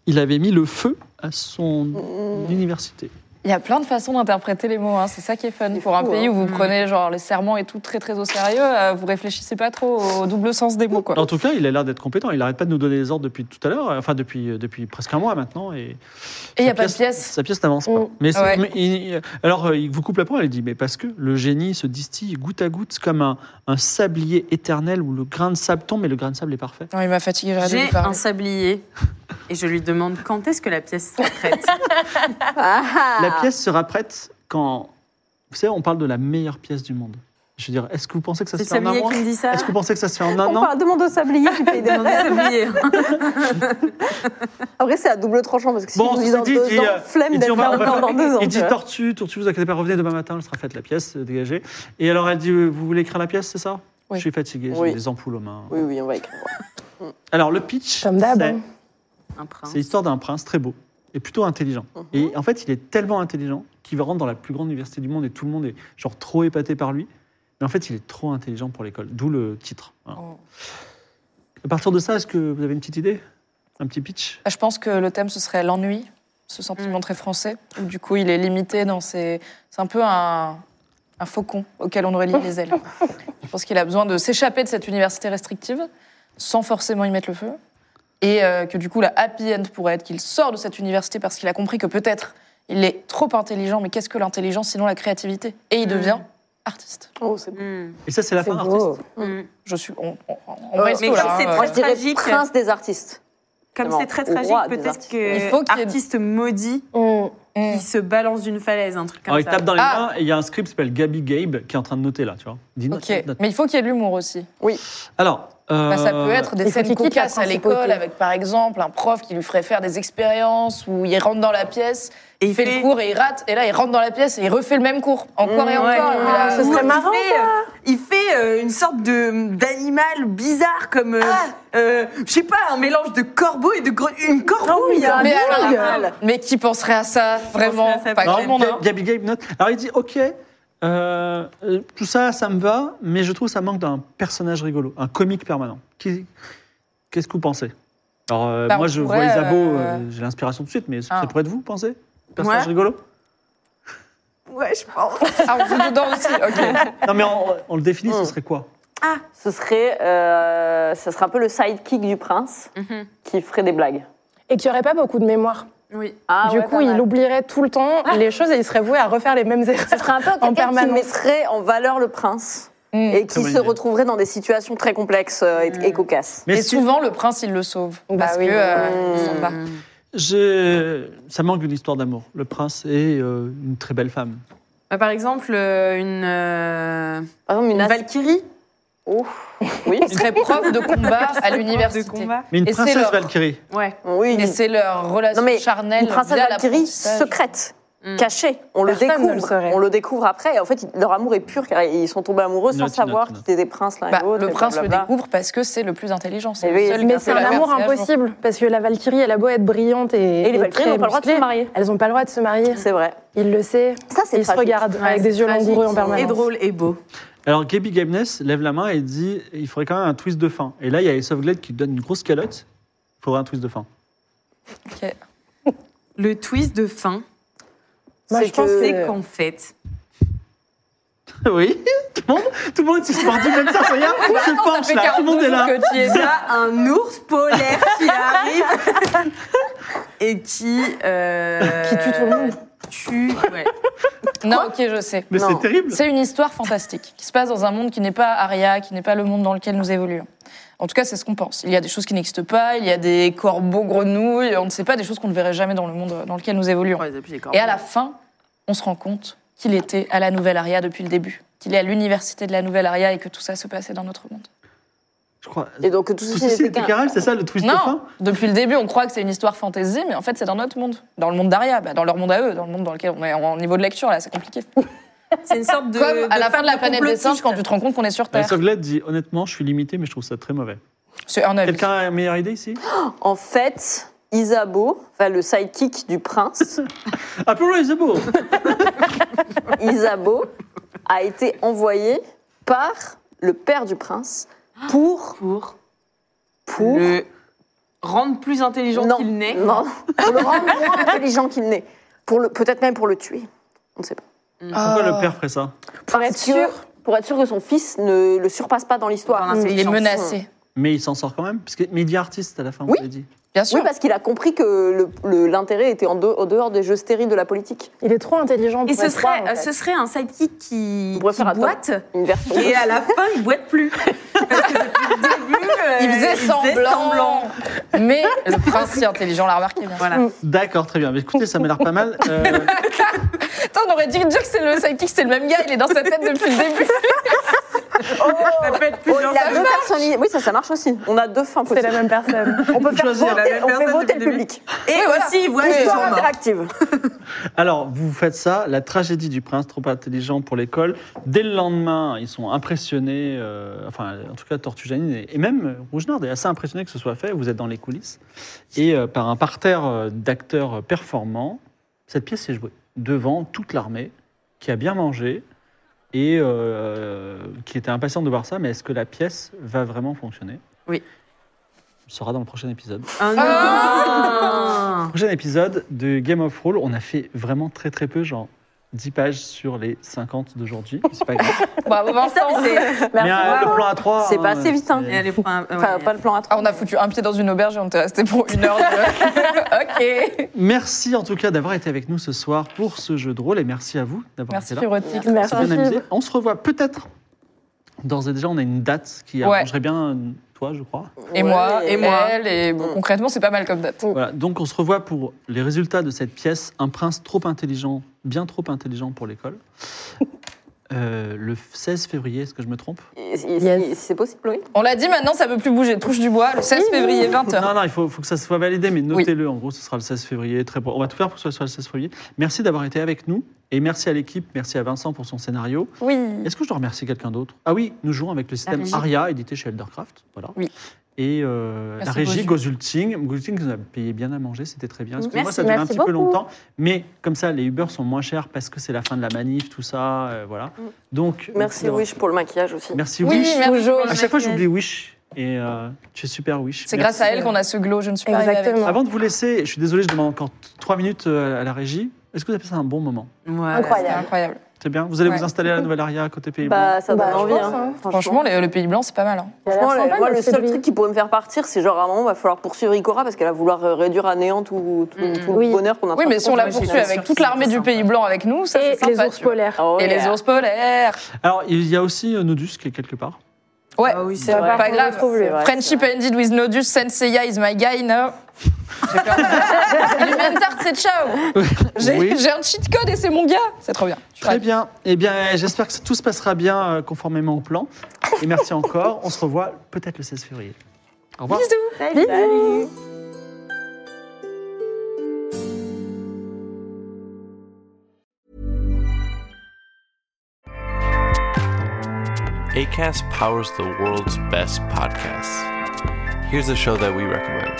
C: il avait mis le feu à son
B: Mm.
C: université.
A: Il y a plein de façons d'interpréter les mots, hein. c'est ça qui est fun.
B: C'est
A: Pour un
B: fou,
A: pays
B: hein.
A: où vous
E: Mm.
A: prenez genre les serments et tout très très au sérieux, euh, vous réfléchissez pas trop au double sens des mots, quoi.
C: En tout cas, il a l'air d'être compétent. Il n'arrête pas de nous donner des ordres depuis tout à l'heure, euh, enfin depuis, depuis presque un mois maintenant. Et
A: Et il n'y a
C: sa
A: pas de pièce.
C: Sa pièce Oh. n'avance pas.
D: Mm.
C: Mais c'est-
A: Ouais.
C: mais il- alors, euh, il vous coupe la parole, il dit, mais parce que le génie se distille goutte à goutte comme un, un sablier éternel où le grain de sable tombe, mais le grain de sable est parfait.
A: Non, il m'a fatigué, j'arrête de lui
E: J'ai un
A: parler.
E: sablier et je lui demande quand est-ce que la pièce sera prête.
B: Ah.
C: La pièce sera prête quand. Vous savez, on parle de la meilleure pièce du monde. Je veux dire, est-ce que vous pensez que ça
E: C'est
C: se
E: Ah, le
C: fait en un
E: sablier
C: mois
E: qui me dit ça
C: Est-ce que vous pensez que ça se fait en un
B: On
C: an
B: parle, demande au sablier qui paye
E: Il
B: des
E: demande
B: rêves.
E: un sablier.
B: Après, c'est à double tranchant parce que si
C: Bon,
B: on dit
C: ceci
B: dans
C: dit, il
B: deux
C: dit,
B: ans,
C: euh,
B: flemme
C: il dit,
B: d'être
C: on va-
B: là
C: on va
B: encore dans deux ans.
C: Il
B: tu
C: dit
B: vois.
C: tortue, tortue, vous inquiétez pas, revenez demain matin, elle sera faite la pièce, euh, dégagée. Et alors elle dit euh, Vous voulez écrire la pièce, c'est ça
A: Oui.
C: Je suis fatigué, j'ai
B: Oui.
C: des ampoules aux mains.
B: Oui, oui, on va écrire.
C: Alors le pitch,
D: Comme d'hab.
C: c'est-
D: hein.
E: Un prince.
C: c'est l'histoire d'un prince très beau et plutôt intelligent.
B: Mhm.
C: Et en fait, il est tellement intelligent qu'il va rentrer dans la plus grande université du monde et tout le monde est genre trop épaté par lui. Mais en fait, il est trop intelligent pour l'école, d'où le titre. Voilà.
A: Oh.
C: À partir de ça, est-ce que vous avez une petite idée Un petit pitch
A: Bah, Je pense que le thème ce serait l'ennui, ce
E: Mm.
A: sentiment très français. où Du coup, il est limité dans ses. C'est un peu un, un faucon auquel on aurait lié les ailes. Je pense qu'il a besoin de s'échapper de cette université restrictive sans forcément y mettre le feu. Et euh, que du coup, la happy end pourrait être qu'il sort de cette université parce qu'il a compris que peut-être il est trop intelligent, mais qu'est-ce que l'intelligence sinon la créativité Et il
E: Mm.
A: devient artiste.
B: Oh, c'est beau.
E: Mm,
C: Et ça, c'est la
D: C'est
C: fin
D: beau.
C: artiste.
E: mm.
A: Je suis. On, on, on
B: Euh,
A: reste
E: Oh, mais
A: là,
E: comme c'est
A: hein,
B: Moi,
A: euh.
B: je dirais
E: Tragique.
B: prince des artistes.
E: Comme
B: Vraiment,
E: c'est très
B: au roi
E: tragique,
B: des
E: peut-être
B: artistes.
E: que
A: Il faut qu'il y ait-
E: artiste maudit
D: Hum.
A: Mm.
E: qui se balance d'une falaise, un truc comme
C: Alors, il
E: ça.
C: tape dans les
A: Ah.
C: mains et il y a un script qui s'appelle Gabi Gabe qui est en train de noter là, tu vois. Il dit, note,
A: Ok,
C: note.
A: mais il faut qu'il y ait de l'humour aussi.
C: Alors.
A: Bah, ça peut
C: euh,
A: être des
D: il faut
A: scènes
D: qu'il quitte la
A: cocasses à
D: principauté.
A: l'école avec, par exemple, un prof qui lui ferait faire des expériences où il rentre dans la pièce,
E: Et
A: il fait le cours et il rate, et là il rentre dans la pièce et il refait le même cours, encore et
E: Mmh, Ouais.
A: encore. Et là,
D: Ah, ce
E: Ou
D: serait
E: euh, il
D: marrant,
E: fait, euh, Il fait euh, une sorte de d'animal bizarre comme, euh,
D: Ah.
E: euh, je sais pas, un mélange de corbeau et de gre- une corbouille.
A: Mais,
E: hein.
A: alors,
E: Dingue.
A: mais qui penserait à ça vraiment
E: penserait à ça,
A: Pas
C: Alors,
A: grand monde. hein.
C: Gabi- Gabi Gabe note. Alors, il dit Ok, euh, euh, tout ça, ça me va, mais je trouve ça manque d'un personnage rigolo, un comique permanent. Qui- Qu'est-ce que vous pensez Alors, euh,
A: Bah,
C: moi,
A: on
C: je
A: pourrait,
C: vois les abots,
A: euh,
C: euh, j'ai l'inspiration tout de suite, mais ça-
A: Ah.
C: ça pourrait être vous, vous pensez Personnage
E: Ouais.
C: rigolo
E: Ouais, je pense.
A: Ah, vous êtes dedans aussi. Ok.
C: Non, mais on, on le définit, ce
A: Oh.
B: Mm.
C: serait quoi
B: Ce serait, euh, ça serait un peu le sidekick du prince
E: Mhm.
B: qui ferait des blagues.
D: Et qu'il n'y aurait pas beaucoup de mémoire.
E: Oui.
B: Ah,
D: du
B: ouais,
D: coup,
B: pas mal. Ah.
D: il oublierait tout le temps les choses et il serait voué à refaire les mêmes
B: Ce
D: erreurs.
B: serait un peu quelqu'un qui
D: permanence.
B: mettrait en valeur le prince
A: Mm.
B: et
C: Très
B: qui
C: bonne
B: se
C: idée.
B: retrouverait dans des situations très complexes euh, et, et cocasses.
C: Mais
A: Et
C: si-
A: souvent le prince il le sauve
D: Bah
A: parce
D: oui.
A: que euh, il s'en
B: Mm.
E: bah.
A: va.
C: Je- Ça manque d'une histoire d'amour. Le prince est euh, une très belle femme.
E: Bah, par exemple, euh, une, euh,
B: Par exemple,
E: une
B: une as-
E: Valkyrie
B: Ouf. Oui.
A: Il serait prof de combat à
E: de
A: l'université.
E: combat.
C: Mais une
A: Et c'est
C: princesse
A: leur-
C: Valkyrie.
E: Ouais.
B: oui.
A: Et c'est leur relation
B: Non, mais
A: charnelle.
B: Une princesse
A: via
B: Valkyrie
A: l'apprentissage.
B: secrète,
E: Mm.
B: cachée. On le
D: Personne ne le
B: découvre.
D: saurait.
B: on le découvre après. Et en fait, ils- leur amour est pur car ils sont tombés amoureux sans
C: Note,
B: savoir
C: note, note.
B: qu'ils étaient princes l'un
A: Bah,
B: et l'autre.
A: le
B: et
A: prince le
B: blablabla.
A: découvre parce que c'est le plus intelligent. C'est
B: Et
A: le
B: oui,
A: seul
B: mais
A: qui a
D: Eh Mais
A: fait
D: c'est un
A: la
D: amour
A: version à jour.
D: impossible parce que la Valkyrie, elle a beau être brillante et.
B: Et les Valkyries
D: très
B: n'ont pas le droit de se
D: musclée,
B: marier.
D: Elles n'ont pas le droit de se marier.
B: C'est vrai.
D: Il le sait.
B: Ça, c'est
D: Il se
B: tragique.
D: regarde
E: Ouais,
D: avec des yeux
E: tragique.
D: langoureux en
E: Et
D: permanence.
E: drôle et beau.
C: Alors, Gaby Gabness lève la main et dit il faudrait quand même un twist de fin. Et là, il y a Ace of Glade qui donne une grosse calotte. Il faudrait un twist de fin.
A: Ok.
E: Le twist de fin,
D: Moi,
B: C'est
D: je pense
B: que-
E: c'est
D: que...
E: qu'en fait,
C: Oui, tout le monde, tout le monde est sportif comme ça, ça y est, se
A: Ça
C: penche
A: fait
C: là, tout
A: 40
C: le monde est là.
A: jours que tu y es
E: il y
A: là.
E: a un ours polaire qui arrive et qui... euh,
D: Qui tue tout le monde.
E: Tue, ouais.
A: Non, ok, je sais.
C: Mais c'est
B: Non.
C: terrible.
A: C'est une histoire fantastique qui se passe dans un monde qui n'est pas Aria, qui n'est pas le monde dans lequel nous évoluons. En tout cas, c'est ce qu'on pense. Il y a des choses qui n'existent pas, il y a des corbeaux, grenouilles, on ne sait pas, des choses qu'on ne verrait jamais dans le monde dans lequel nous évoluons.
E: Ouais, depuis les corbeaux.
A: Et à la fin, on se rend compte qu'il était à la Nouvelle Aria depuis le début, qu'il est à l'université de la Nouvelle Aria et que tout ça se passait dans notre monde.
C: Je crois.
B: Et donc tout
C: Tout
B: ceci n'était
C: ceci était
B: qu'un-
C: carré, c'est ça le twist de
A: Non,
C: fin
A: depuis le début, on croit que c'est une histoire fantasy, mais en fait, c'est dans notre monde, dans le monde d'Aria, bah, dans leur monde à eux, dans le monde dans lequel on est en niveau de lecture, là, c'est compliqué.
E: C'est une sorte de...
A: Comme à la fin de la planète des
E: complotiste.
A: singes, quand tu te rends compte qu'on est sur
C: Euh,
A: Terre.
C: Sovlet dit honnêtement, je suis limité, mais je trouve ça très mauvais.
A: C'est un avis.
C: Quelqu'un a une meilleure idée ici
B: En fait, Isabeau, enfin, le sidekick du prince,
C: Apollo is the bull
B: Isabeau a été envoyé par le père du prince pour
E: Pour,
B: pour
E: le rendre plus intelligent
B: non,
E: qu'il n'est.
B: non, pour le rendre moins intelligent qu'il n'est, pour le peut-être même pour le tuer. On ne sait pas.
C: Pourquoi
B: Ah.
C: le père ferait ça
B: Pour
D: être sûr.
B: pour être sûr que son fils ne le surpasse pas dans
E: Dans
B: l'histoire.
E: l'intelligence.
A: Il est menacé.
C: Mais il s'en sort quand même, parce que mais il dit artiste à la fin,
B: Oui.
C: vous l'avez dit.
A: Bien sûr.
B: Oui, parce qu'il a compris que le- le- l'intérêt était en de- au dehors des jeux stériles de la politique.
D: Il est trop intelligent pour
E: Et ce
D: être
E: serait, euh,
D: roi, en fait.
E: ce serait un sidekick qui,
B: On pourrait
E: qui
B: faire un
E: boite,
B: Une version.
E: et à la fin, il boite plus. Parce que depuis le début, euh,
A: il faisait semblant. Mais le prince si intelligent l'a remarqué. Bien sûr.
B: Mm.
E: Voilà.
C: D'accord, très bien. Mais écoutez, ça m'a l'air pas mal. Euh,
A: Putain, on aurait dû dire que c'est le sidekick, c'est le même gars, il est dans sa tête depuis le début.
E: Ça peut
B: Oh,
E: être
B: il
E: plusieurs
B: a deux
E: choses.
B: personnalités. Oui, ça, ça marche aussi. On a deux fins
D: C'est
B: possibles.
D: la même personne.
B: On peut faire
C: Choisir la
B: voter,
E: même
B: on fait
E: personne
B: voter
E: depuis
B: le
E: le début.
B: public.
E: Et
A: voilà.
E: aussi, voilà les gens
B: Histoire
E: morts.
B: interactive.
C: alors, vous faites ça, la tragédie du prince, trop intelligent pour l'école. Dès le lendemain, ils sont impressionnés, euh, enfin, en tout cas, Tortuganine et, et même euh, Rougenard est assez impressionné que ce soit fait. Vous êtes dans les coulisses. Et euh, par un parterre euh, d'acteurs euh, performants, cette pièce est jouée devant toute l'armée qui a bien mangé et euh, qui était impatiente de voir ça. Mais est-ce que la pièce va vraiment fonctionner
E: Oui.
C: On le saura dans le prochain épisode.
E: Ah non
C: Prochain épisode de Game of Roll, on a fait vraiment très très peu, genre 10 pages sur les 50 d'aujourd'hui. C'est pas grave.
A: Bravo Vincent.
C: Mais euh, le plan A3.
B: C'est passé vite, hein.
E: Il y a les points- ouais.
B: Enfin, pas le plan à
A: Ah, on a foutu un pied dans une auberge et on était resté pour une heure. de- ok.
C: Merci en tout cas d'avoir été avec nous ce soir pour ce jeu de rôle et merci à vous d'avoir été
A: Merci
C: là.
A: Furotique.
C: On s'est
D: Merci.
C: bien amusé. On se revoit peut-être. D'ores et déjà, on a une date qui
A: Ouais.
C: arrangerait bien euh, toi, je crois.
A: Et moi, et moi. Elle, et bon,
B: Mm.
A: concrètement, c'est pas mal comme date.
C: Voilà, donc on se revoit pour les résultats de cette pièce, Un prince trop intelligent, bien trop intelligent pour l'école. Euh, le 16 février, est-ce que je me trompe
D: Yes.
B: C'est possible, oui.
A: On l'a dit maintenant, ça peut plus bouger. Touche du bois, le 16 février, 20h.
C: Non, non, il faut, faut que ça soit validé, mais notez-le. En gros, ce sera le 16 février. Très pro- On va tout faire pour que ce soit le 16 février. Merci d'avoir été avec nous. Et merci à l'équipe, merci à Vincent pour son scénario.
A: Oui.
C: Est-ce que je dois remercier quelqu'un d'autre Ah oui, nous jouons avec le système
E: régie.
C: Aria, édité chez Eldercraft. Voilà.
A: Oui.
C: Et euh, la
A: Merci,
C: régie
A: Gozu.
C: Gozulting. Gozulting nous a payé bien à manger, c'était très bien. Excusez-moi,
E: Merci,
C: ça durait un
D: merci
C: petit peu
D: beaucoup.
C: longtemps. Mais comme ça, les Uber sont moins chers parce que c'est la fin de la manif, tout ça. euh, voilà. Donc,
B: Merci,
C: d'avoir-
B: Wish, pour le maquillage aussi.
C: Merci,
A: Mm. Oui,
C: Wish.
A: merci.
C: À chaque fois, j'oublie Wish. Et euh, tu es super, Wish.
A: C'est
C: Merci.
A: grâce à elle qu'on a ce glow, je ne suis pas arrivée avec.
D: Exactement.
C: Avant de vous laisser, je suis désolé, je demande encore t- trois minutes euh, à la régie. Est-ce que vous avez passé un bon moment
E: Voilà.
A: C'est
D: Incroyable.
A: incroyable.
C: C'est bien Vous allez
A: Ouais.
C: vous installer à la Nouvelle Aria, côté Pays
B: Bah, ça
D: Bah,
B: donne
D: je
B: envie.
D: pense,
B: hein.
D: hein.
A: Franchement, le, le pays blanc, c'est pas mal. hein.
D: Il a l'air
B: Franchement,
D: sympa,
B: moi, le
D: notre
B: seul
D: Cédric.
B: truc qui pourrait me faire partir, c'est genre à un moment, il va falloir poursuivre Ikora parce qu'elle va vouloir euh, réduire à néant tout, tout-
E: Mm.
B: tout le
D: Oui.
B: bonheur qu'on a.
A: Oui, mais si on la
E: moi, j'ai
A: poursuit
E: bien
A: avec
E: sûr
A: toute
E: que
A: l'armée
E: c'est
A: du
E: sympa.
A: pays blanc avec nous, ça,
D: Et
A: c'est
D: les
A: sympa,
D: ours
A: tu vois.
D: polaires.
B: Ah
A: Et les ours polaires.
C: Alors, il y a aussi euh, Nodus qui est quelque part.
A: Ouais.
E: Ah oui, c'est
D: Ça va
E: vrai.
A: pas
D: qu'on le
A: grave.
D: retrouve, lui.
B: C'est vrai.
A: Friendship ended with Nodus, Senseiya is my guy now. J'ai peur. L'humanitard, c'est ciao. J'ai
C: Oui.
A: j'ai un cheat code et c'est mon gars. C'est trop bien. Je suis
C: Très
A: ravie.
C: bien. Eh bien, j'espère que tout se passera bien euh, conformément au plan. Et merci encore. On se revoit peut-être le 16 février. Au revoir.
A: Bisous.
B: Salut.
F: ACAST powers the world's best podcasts. Here's a show that we recommend.